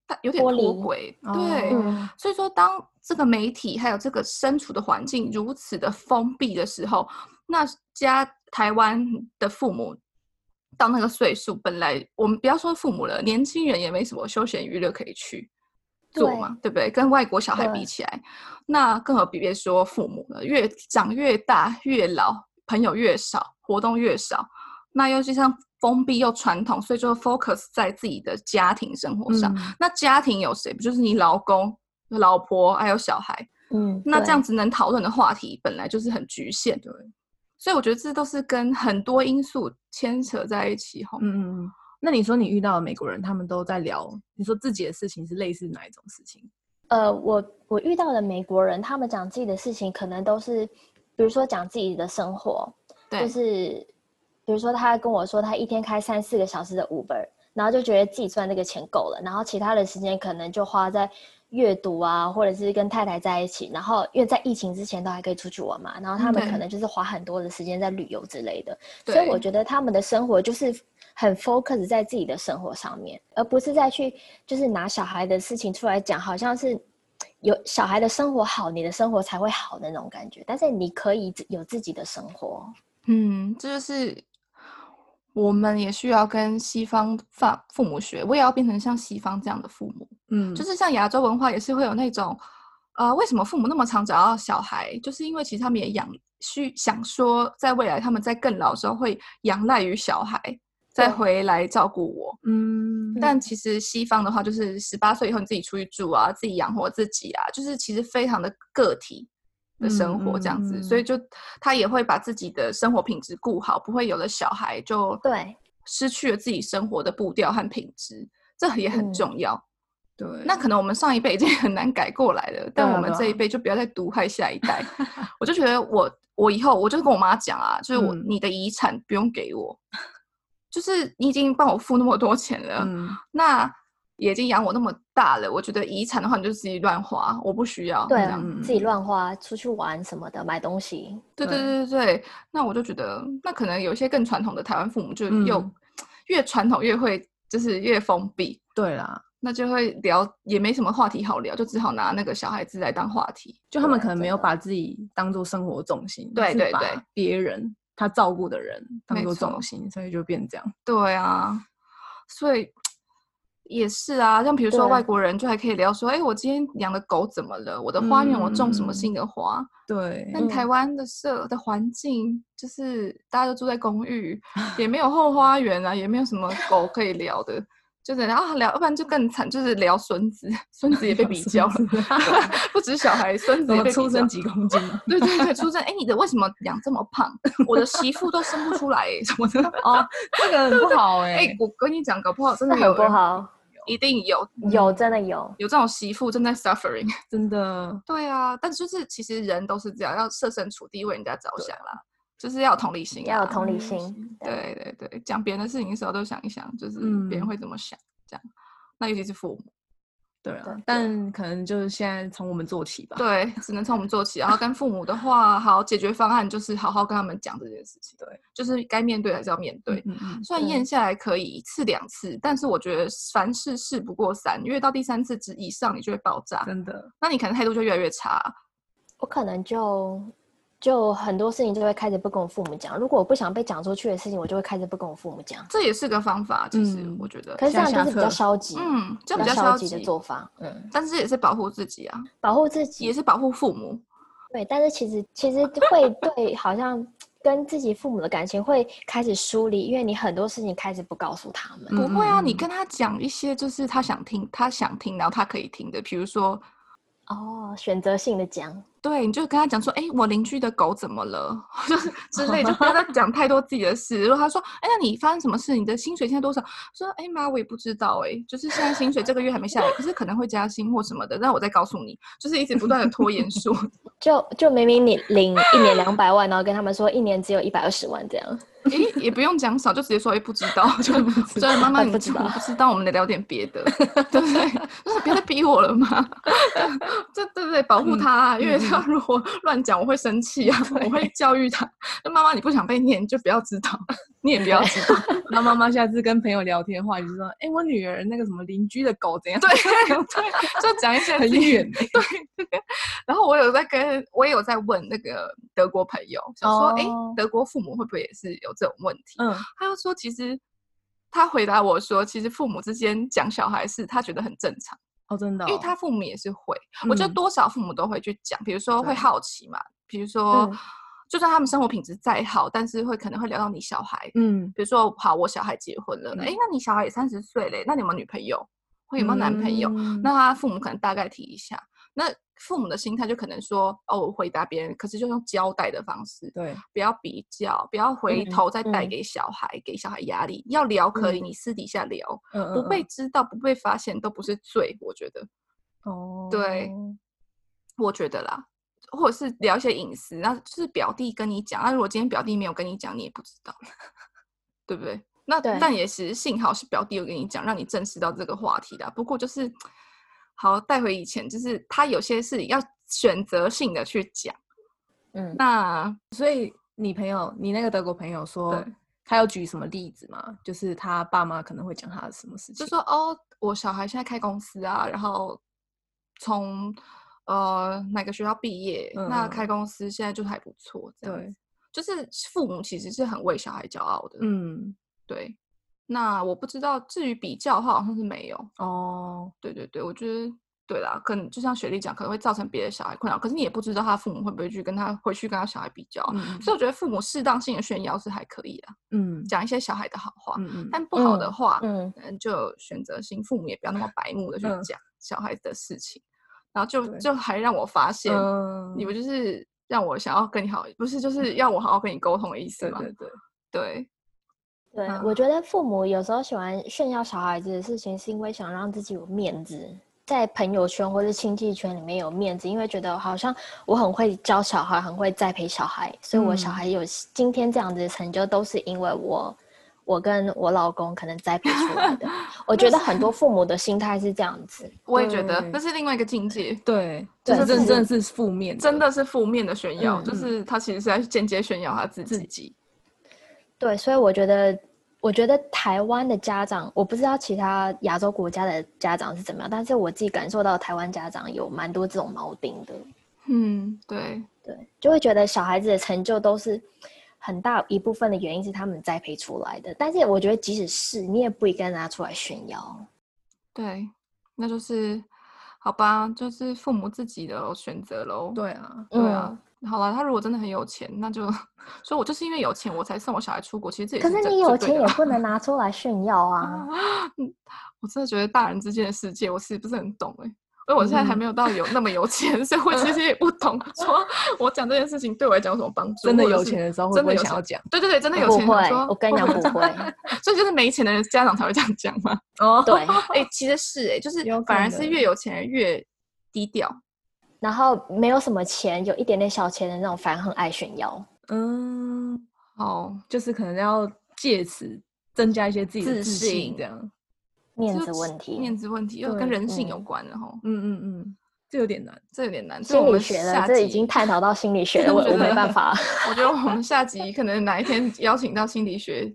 它有点脱脱离轨，对。哦所以说，当这个媒体还有这个身处的环境如此的封闭的时候，那家台湾的父母到那个岁数，本来我们不要说父母了，年轻人也没什么休闲娱乐可以去做对嘛，对不对？跟外国小孩比对起来，那更何必别说父母了，越长越大越老，朋友越少，活动越少。那又加上封闭又传统，所以就 focus 在自己的家庭生活上。嗯那家庭有谁？不就是你老公、老婆还有小孩？嗯，那这样子子能讨论的话题本来就是很局限的，所以我觉得这都是跟很多因素牵扯在一起哈。嗯嗯嗯。那你说你遇到的美国人，他们都在聊，你说自己的事情是类似哪一种事情？呃，我我遇到的美国人，他们讲自己的事情，可能都是比如说讲自己的生活，对，就是比如说他跟我说他一天开三四个小时的 Uber，然后就觉得自己赚这个钱够了，然后其他的时间可能就花在阅读啊，或者是跟太太在一起，然后因为在疫情之前都还可以出去玩嘛，然后他们嗯对可能就是花很多的时间在旅游之类的，对所以我觉得他们的生活就是很 focus 在自己的生活上面，而不是再去就是拿小孩的事情出来讲，好像是有小孩的生活好，你的生活才会好的那种感觉。但是你可以自有自己的生活，嗯，这就是我们也需要跟西方父父母学，我也要变成像西方这样的父母。嗯，就是像亚洲文化也是会有那种，呃，为什么父母那么常找到小孩，就是因为其实他们也养需想说，在未来他们在更老的时候会仰赖于小孩，再对回来照顾我。嗯，但嗯其实西方的话，就是十八岁以后你自己出去住啊，自己养活自己啊，就是其实非常的个体的生活这样子，嗯嗯嗯所以就他也会把自己的生活品质顾好，不会有了小孩就对，失去了自己生活的步调和品质，这也很嗯重要。对，那可能我们上一辈已经很难改过来了，但对啊我们对这一啊辈就不要再毒害下一 (laughs) 代。我就觉得我我以后我就跟我妈讲啊，就是我、嗯你的遗产不用给我，就是你已经帮我付那么多钱了，嗯那也已经养我那么大了，我觉得遗产的话你就自己乱花，我不需要。对这啊样，嗯自己乱花，出去玩什么的，买东西，对对对对对对，那我就觉得，那可能有一些更传统的台湾父母就又、嗯越传统越会，就是越封闭，对啦，那就会聊也没什么话题好聊，就只好拿那个小孩子来当话题。就他们对可能没真有的把自己当做生活重心，啊对是对把对别人他照顾的人当没做错重心，所以就变这样。对啊，所以也是啊，像比如说对外国人就还可以聊说，哎，我今天养的狗怎么了？我的花园我种什么嗯新的花？对，那台湾的社的环境就是大家都住在公寓，也没有后花园啊，也没有什么狗可以聊的，就是然后聊，要不然就更惨，就是聊孙子， (laughs) 孙子也被比 (laughs) 较了， (laughs) 不止小孩，孙子怎也么被出比较生。几公 (laughs) 斤啊？对对对，出生哎，你的为什么养这么胖？我的媳妇都生不出来、 (laughs) 欸、什么的。哦，这个很不好哎、哎、我跟你讲，搞不好真那的有嗯很不人，好。一定有有，真的有，有这种媳妇正在 suffering。 (laughs) 真的，对啊，但就是其实人都是这样，要设身处地为人家着对想啦，就是要有同理心、啊，要有同理嗯心。对，对对对，讲别人的事情的时候都想一想，就是别人嗯会怎么想，这样。那尤其是父 (laughs) 母，对对啊对，但可能就是现在从我们做起吧。对，只能从我们做起。然后跟父母的话，好，解决方案就是好好跟他们讲这件事情。对，就是该面对还是要面对。嗯，嗯虽然对咽下来可以一次两次，但是我觉得凡事事不过三，因为到第三次之以上，你就会爆炸嗯，。真的，那你可能态度就越来越差。我可能就就很多事情就会开始不跟我父母讲。如果我不想被讲出去的事情，我就会开始不跟我父母讲。这也是个方法，其实嗯我觉得，可是这下样就下是比较策消极，嗯，这样比比较较消消极的极，做法。嗯，但是也是保护自己啊，保护自己也是保护父母。对，但是其实 (laughs) 其实会对好像跟自己父母的感情会开始疏离，因为你很多事情开始不告诉他们。不会啊，嗯嗯你嗯跟他讲一些就是他想听，他想听，然后他可以听的，比如说，哦，选择性的讲，对，你就跟他讲说，哎，我邻居的狗怎么了， (laughs) 就是之类，就不要再讲太多自己的事。如果他说，哎，那你发生什么事？你的薪水现在多少？说，哎妈，我也不知道，哎，就是现在薪水这个月还没下来，可是可能会加薪或什么的，那我再告诉你，就是一直不断的拖延 (laughs) 说，就就明明你领一年两百万，然后跟他们说一年只有一百二十万这样。哎，也不用讲少，就直接说，哎，不知道， (laughs) 就知哦就是妈妈，我你不知我道不知道，我们得聊点别的， (laughs) 对不对？就是不要再逼我了嘛。 (laughs) 这对对对，保护嗯他、啊，因为嗯他如果乱讲，我会生气啊，我会教育他。 (laughs) 那妈妈，你不想被念，你就不要知道， (laughs) 你也不要知道。那妈妈下次跟朋友聊天的话，就是说，哎、我女儿那个什么邻居的狗怎样？ (laughs) 对对，就讲一些很自己远。欸 (laughs) 对。然后我有在跟，我也有在问那个德国朋友，想说，哎、哦德国父母会不会也是有这种问题？嗯，他又说，其实他回答我说，其实父母之间讲小孩事，他觉得很正常， (laughs) 哦，真的、哦，因为他父母也是会，我觉得嗯多少父母都会去讲，比如说会对好奇嘛，比如说、嗯就算他们生活品质再好，但是会可能会聊到你小孩，嗯，比如说好，我小孩结婚了，嗯哎、那你小孩也三十岁嘞，那你有没有女朋友？或有没有男朋友？嗯那他父母可能大概提一下，那父母的心态就可能说，哦，我回答别人，可是就用交代的方式，对，不要比较，不要回嗯头再带嗯给小孩，给小孩压力。要聊可以，嗯你私底下聊，嗯嗯不被嗯知道、不被发现都不是罪，我觉得，哦，对我觉得啦。或者是聊一些隐私，那就是表弟跟你讲，那如果今天表弟没有跟你讲，你也不知道， (laughs) 对不对？那对但也其实幸好是表弟有跟你讲，让你正视到这个话题啦。不过就是好带回以前，就是他有些事要选择性的去讲。嗯，那你朋友，你那个德国朋友说对，他有举什么例子吗？就是他爸妈可能会讲他的什么事情？就说哦，我小孩现在开公司啊，然后从呃哪个学校毕业，那嗯开公司现在就是还不错，这样对子。就是父母其实是很为小孩骄傲的，嗯，对。那我不知道，至于比较的话，好像是没有。哦，对对对，我觉得对啦，可能就像雪莉讲，可能会造成别的小孩困扰，可是你也不知道他父母会不会去跟他回去跟他小孩比较。嗯所以我觉得父母适当性的炫耀是还可以的，嗯讲一些小孩的好话，嗯嗯，但不好的嗯话，嗯，嗯，就选择性，父母也不要那么白目的去嗯讲小孩子的事情，然后就对就还让我发现，嗯你不就是让我想要跟你好，不是就是要我好好跟你沟通的意思对吗？对对，对对，啊嗯我觉得父母有时候喜欢炫耀小孩子的事情，是因为想让自己有面子，在朋友圈或是亲戚圈里面有面子，因为觉得好像我很会教小孩，很会栽培小孩，所以我小嗯孩有今天这样子的成就，都是因为我我跟我老公可能栽培出来的。我觉得很多父母的心态是这样子，我也觉得对那是另外一个境界，对，对就是就是真正是负面的，真的是负面的炫耀，嗯就是他其实是在间接炫耀他自己。自己对，所以我觉得，我觉得台湾的家长，我不知道其他亚洲国家的家长是怎么样，但是我自己感受到台湾家长有蛮多这种毛病的，嗯，对，对，就会觉得小孩子的成就都是很大一部分的原因是他们栽培出来的，但是我觉得即使是你也不应该拿出来炫耀，对，那就是好吧，就是父母自己的选择喽。对啊，对啊，嗯好了，他如果真的很有钱，那就说我就是因为有钱我才送我小孩出国，其实这也可是是正你有最对钱的啊也啦不能拿出来炫耀 (laughs) 啊。嗯我真的觉得大人之间的世界，我其实不是很懂哎、因为我现在还嗯没有到有那么有钱，所以我其实也不 (laughs) 懂，说我讲这件事情对我来讲有什么帮助。真的或者有是钱的时候会真不的会有想要钱讲？对对对，真的有不钱，想会说，我跟你讲 (laughs) 不会。所以就是没钱的人家长才会这样讲 (laughs) 嘛。哦，对，哎、其实是欸哎、就是有反可而是能越有钱人越低调。然后没有什么钱，有一点点小钱的那种，反而很爱炫耀。嗯，哦，就是可能要借此增加一些自己的自自信信，这样，面就子是问题，面子问题又跟对人性有嗯关了吼，嗯嗯嗯，这有点难。这有点难。这心我理们学下了，这已集经探讨到心理学 (laughs) 了，我我觉我没得办法。我觉得我们下集可能哪一天邀请到心理学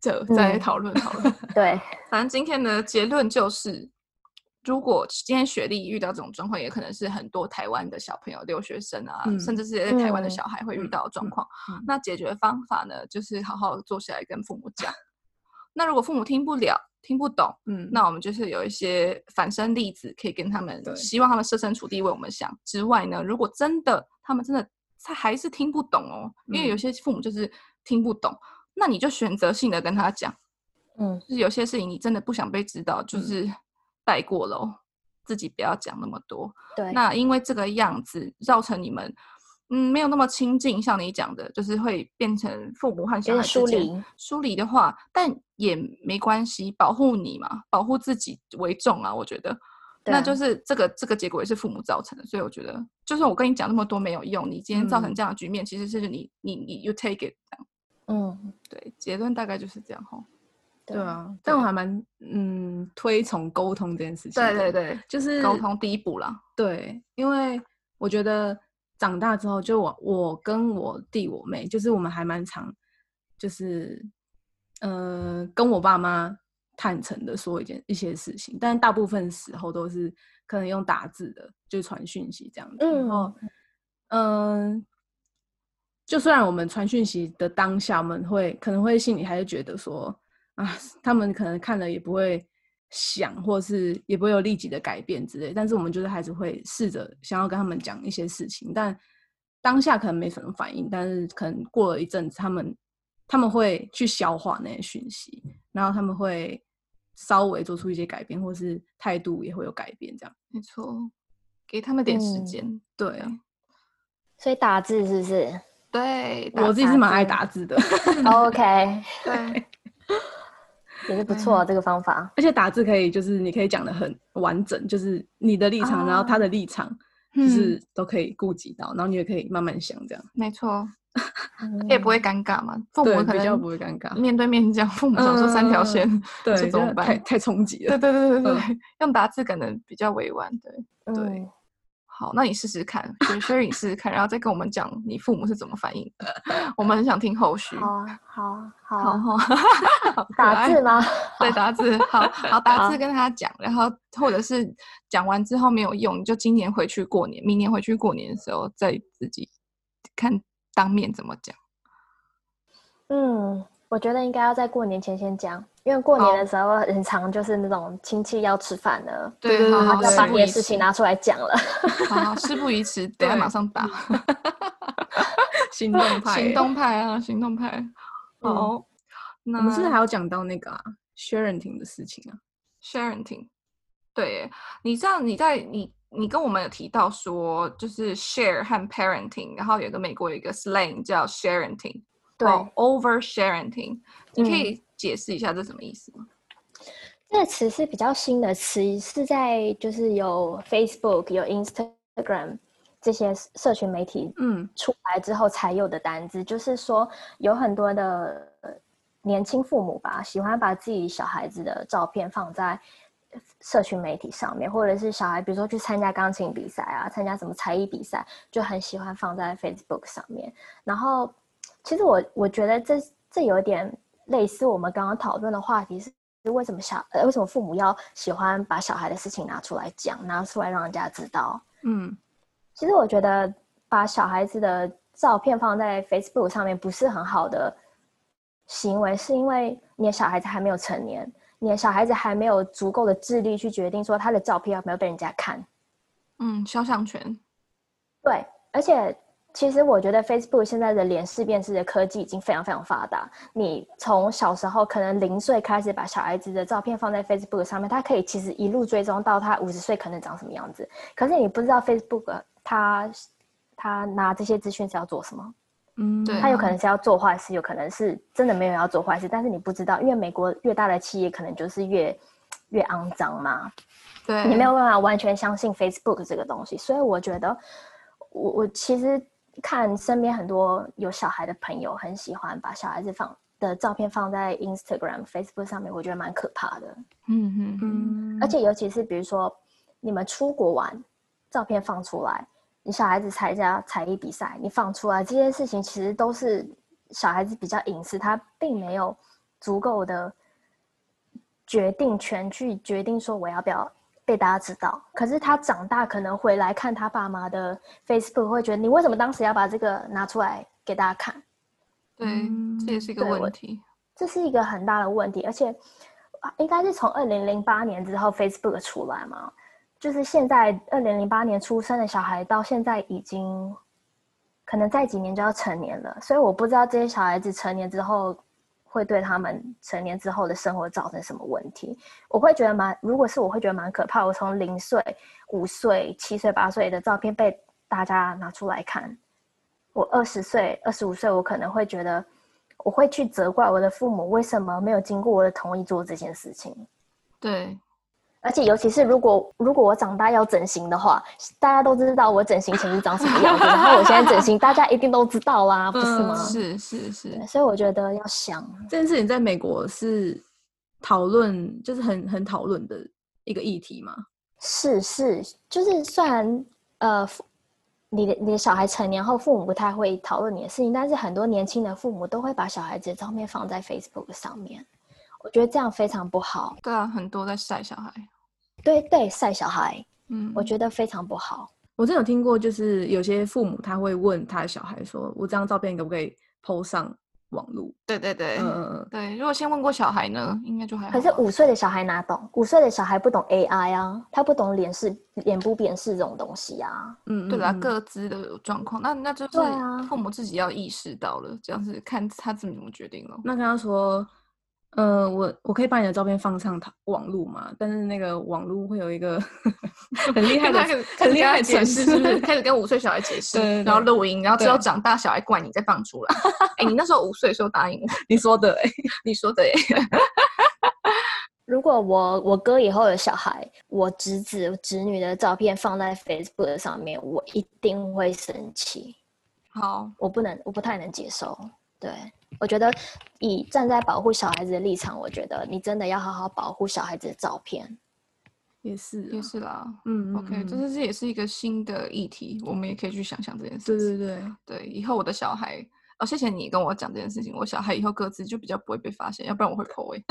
者再来嗯讨论好了。 (laughs) 对，反正今天的结论就是，如果今天学历遇到这种状况，也可能是很多台湾的小朋友、留学生啊，嗯甚至是在台湾的嗯小孩会遇嗯到的状嗯况。嗯那解决方法呢，就是好好坐下来跟父母讲。那如果父母听不了、听不懂，嗯，那我们就是有一些反身例子可以跟他们，对希望他们设身处地为我们想。之外呢，如果真的他们真的他还是听不懂哦，因为有嗯些父母就是听不懂，那你就选择性的跟他讲，嗯，就是有些事情你真的不想被知道，就嗯是带过喽，自己不要讲那么多。对，那因为这个样子造成你们。嗯，没有那么亲近，像你讲的，就是会变成父母和有小孩点之疏间离。疏离的话，但也没关系，保护你嘛，保护自己为重啊。我觉得，对那啊就是这个这个结果也是父母造成的，所以我觉得，就算我跟你讲那么多没有用，你今天造成嗯这样的局面，其实是你你你 you take it 这样。嗯，对，结论大概就是这样吼。对啊，对但我还蛮嗯推崇沟通这件事情。对对，对，就是沟通第一步啦。对，因为我觉得长大之后，就我我跟我弟我妹，就是我们还蛮常，就是呃跟我爸妈坦诚的说一件一些事情，但大部分时候都是可能用打字的，就传讯息这样子。然嗯后嗯、就虽然我们传讯息的当下，我们会可能会心里还是觉得说啊，他们可能看了也不会想，或是也不会有立即的改变之类。但是我们就是还是会试着想要跟他们讲一些事情，但当下可能没什么反应，但是可能过了一阵子，他们他们会去消化那些讯息，然后他们会稍微做出一些改变，或是态度也会有改变。这样没错，给他们点时嗯间。对，所以打字是不是 (laughs) 对，打我自己是蛮爱打打字的， ？OK，对，也是不嗯错啊这个 (laughs) 方法。而且打字可以就是你可以讲的很完整，就是你的立场，然后哦他的立场。嗯就是都可以顾及到，然后你也可以慢慢想这样，没错，也不会嗯尴尬嘛。父对母可比较能不会尴尬。面对面讲，父母想说三条嗯线，对，这怎么就办太太冲击 (laughs) 对了。对对对对，嗯用打字可能比较委婉。对，对嗯好，那你试试看，学学你试试看，然后再跟我们讲你父母是怎么反应 (laughs) 的。我们很想听后续。好啊，好啊，好好啊，好， (laughs) 好可打爱字吗？对打字，好好打好字跟他讲，然后或者是讲完之后没有用，你就今年回去过年，明年回去过年的时候再自己看当面怎么讲。嗯，我觉得应该要在过年前先讲，因为过年好的时候很常就是那种亲戚要吃饭了，对对好对好要对事把你不的宜事迟，情拿出来讲 (laughs) 了。好好事不宜 (laughs) 迟，等下马啊对上打。行动 (laughs) 派，欸行动派啊，行动派。嗯好，那我们是嗯不是还有讲到那个啊薛仁婷的事情啊？ Sharon 听，对耶，你这样你在你你跟我们有提到说，就是 share 和 parenting，然后有一个美国有一个 slang 叫 sharenting，哦对， ，over sharenting，你可嗯以解释一下这什么意思吗？这个词是比较新的词，是在就是有 Facebook、有 Instagram 这些社群媒体嗯出来之后才有的单字，就是说有很多的呃年轻父母吧，喜欢把自己小孩子的照片放在社群媒体上面，或者是小孩比如说去参加钢琴比赛啊，参加什么才艺比赛，就很喜欢放在 Facebook 上面。然后，其实我我觉得这这有点类似我们刚刚讨论的话题是。为什么小呃为什么父母要喜欢把小孩的事情拿出来讲，拿出来让人家知道？嗯，其实我觉得把小孩子的照片放在 Facebook 上面不是很好的行为，是因为你的小孩子还没有成年，你的小孩子还没有足够的智力去决定说他的照片有没有被人家看。嗯，肖像权，对，而且其实我觉得 Facebook 现在的脸识辨识的科技已经非常非常发达。你从小时候可能零岁开始把小孩子的照片放在 Facebook 上面，它可以其实一路追踪到他五十岁可能长什么样子。可是你不知道 Facebook 它它拿这些资讯是要做什么，嗯，对它有可能是要做坏事，有可能是真的没有要做坏事，但是你不知道，因为美国越大的企业可能就是越越肮脏嘛。对，你没有办法完全相信 Facebook 这个东西，所以我觉得我我其实看身边很多有小孩的朋友，很喜欢把小孩子放的照片放在 Instagram、Facebook 上面，我觉得蛮可怕的。嗯嗯嗯，嗯，而且尤其是比如说你们出国玩，照片放出来，你小孩子参加才艺比赛，你放出来这些事情，其实都是小孩子比较隐私，他并没有足够的决定权去决定说我要不要。被大家知道，可是他长大可能回来看他爸妈的 Facebook，会觉得你为什么当时要把这个拿出来给大家看？对，这也是一个对我问题。这是一个很大的问题，而且啊应该是从二零零八年之后 Facebook 出来嘛，就是现在二零零八年出生的小孩到现在已经可能再几年就要成年了，所以我不知道这些小孩子成年之后会对他们成年之后的生活造成什么问题。我会觉得蛮，如果是我会觉得蛮可怕。我从零岁、五岁、七岁、八岁的照片被大家拿出来看，我二十岁、二十五岁，我可能会觉得，我会去责怪我的父母为什么没有经过我的同意做这件事情。对，而且，尤其是如果如果我长大要整形的话，大家都知道我整形前是长什么样子，然后我现在整形，大家一定都知道啦，不是吗？是是是对，所以我觉得要想，这件事情在美国是讨论，就是很很讨论的一个议题嘛。是是，就是虽然呃，父你的你的小孩成年后，父母不太会讨论你的事情，但是很多年轻的父母都会把小孩子的照片放在 Facebook 上面，我觉得这样非常不好。对啊，很多在晒小孩。对对，晒小孩，嗯，我觉得非常不好。我真有听过，就是有些父母他会问他的小孩说：“我这张照片可不可以 PO 上网络对对？”对、嗯嗯嗯，对。如果先问过小孩呢，应该就还好吧。啊可是五岁的小孩哪懂？五岁的小孩不懂 AI 啊，他不懂脸识、脸部辨识这种东西啊。嗯，对啦，嗯嗯各自的状况，那那就是对啊父母自己要意识到了，这样子看他自己怎么决定了。那跟他说，呃，我我可以把你的照片放上它网路嘛？但是那个网路会有 (laughs) 一个很厉害跟的 (laughs) 他开始、开很始跟厉害他解的解释，释，是不是？开始跟五岁小孩解释， (laughs) 对对然后对录音，然后直到对长大小孩怪你再放出来。 (laughs) 哎、你那时候五岁的时候答应我，你说的、欸，你说 (laughs) 的耶。如果我我哥以后有小孩，我侄子、我侄女的照片放在 Facebook 上面，我一定会生气。好，我不能，我不太能接受。对，我觉得以站在保护小孩子的立场，我觉得你真的要好好保护小孩子的照片。 (laughs) 也是啊、也是啦。嗯嗯 OK，这嗯是这也是一个新的议题，我们也可以去想想这件事对情。对对， (laughs) 对，以后我的小孩。哦，谢谢你跟我讲这件事情。我小孩以后各自就比较不会被发现，要不然我会欸破位。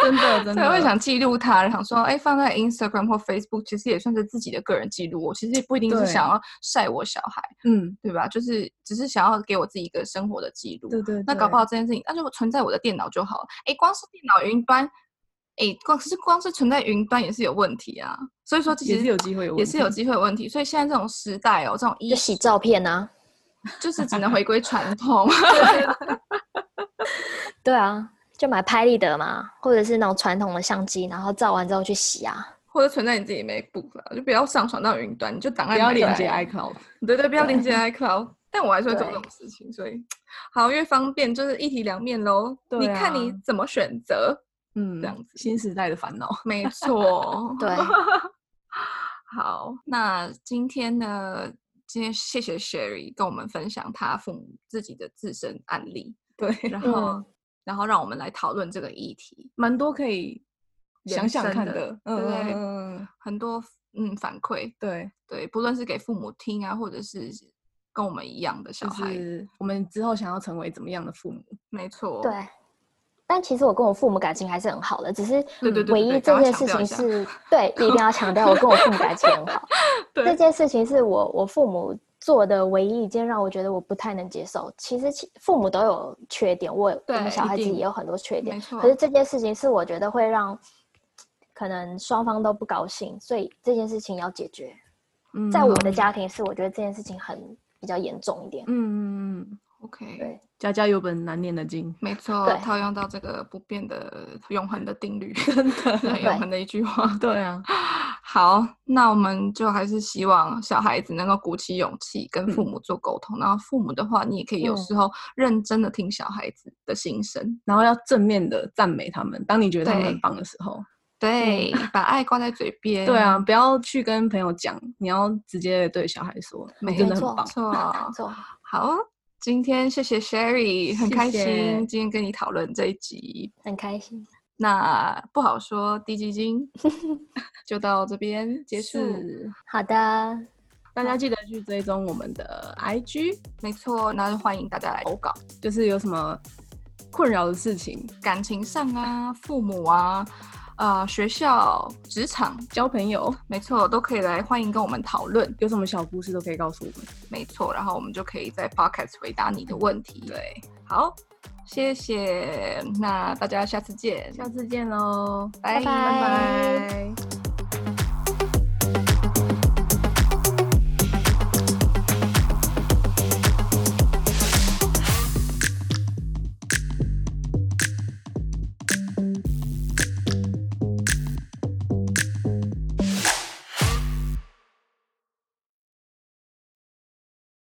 真的 (laughs) 真对，会的，想记录它，然后想说，哎，放在 Instagram 或 Facebook，其实也算是自己的个人记录。我其实也不一定是对想要晒我小孩，嗯，对吧？就是只是想要给我自己一个生活的记录。对对那搞不对好这件事情，那就存在我的电脑就好了。哎，光是电脑云端，哎，光是光是存在云端也是有问题啊。所以说，其也实是有机会有问也题，是有机会有问题。所以现在这种时代哦，这种就一洗照片啊，就是只能回归传 (laughs) 统。对啊，就买拍立得嘛，或者是那种传统的相机，然后照完之后去洗啊。或者存在你自己 MacBook 啦，就不要上传到云端，你就档不案要买下连来接 (laughs) iCloud，对对，不要连对 (laughs) 接 iCloud，但我还是会做这对种事情，所以好越方便就是一体两面喽。你对看你啊怎么选择，嗯，这样子新时代的 (laughs) 烦恼， (laughs) 没错。 (laughs) 对，好，那今天呢，今天谢谢 Sherry 跟我们分享她父母自己的自身案例，对，然后嗯然后让我们来讨论这个议题，蛮多可以延想想伸看的的，对嗯不嗯对嗯嗯，很多嗯反馈，对，对，不论是给父母听啊，或者是跟我们一样的小就孩，是我们之后想要成为怎么样的父母？没错，对，但其实我跟我父母感情还是很好的，只是嗯对对对唯对一对赶这快件强事调一下情是，对，一定要强调我跟我父母感情很好。 (laughs) 对这件事情是我我父母做的唯一一件让我觉得我不太能接受。其实其父母都有缺点，我我对们小一孩子定也有很多缺点没，错可，是这件事情是我觉得会让可能双方都不高兴，所以这件事情要解决。嗯，在我的家庭是，我觉得这件事情很比较严重一点。嗯，嗯嗯嗯， ，OK，对，家家有本难念的经，没错，对套用到这个不变的永恒的定 (laughs) 律，真的永恒的一句话。对啊，好，那我们就还是希望小孩子能够鼓起勇气跟嗯父母做沟通，然后父母的话，你也可以有嗯时候认真的听小孩子的心声，然后要正面的赞美他们，当你觉得他们对很棒的时候，对，把爱挂在嘴边，对啊，，不要去跟朋友讲，你要直接对小孩说，你没真的很错棒没。错， (laughs) 做好。今天谢谢 Sherry，很开心谢谢今天跟你讨论这一集。很开心。那不好说，低基 (laughs) 金就到这边结束。是好的，大家记得去追踪我们的 IG，没错，那就欢迎大家来投稿，就是有什么困扰的事情，感情上啊，父母啊，啊、学校、职场，交朋友，没错，都可以来欢迎跟我们讨论。有什么小故事都可以告诉我们。没错，然后我们就可以在 podcast 回答你的问题。，对，好，谢谢，那大家下次见，下次见喽，拜拜拜拜拜。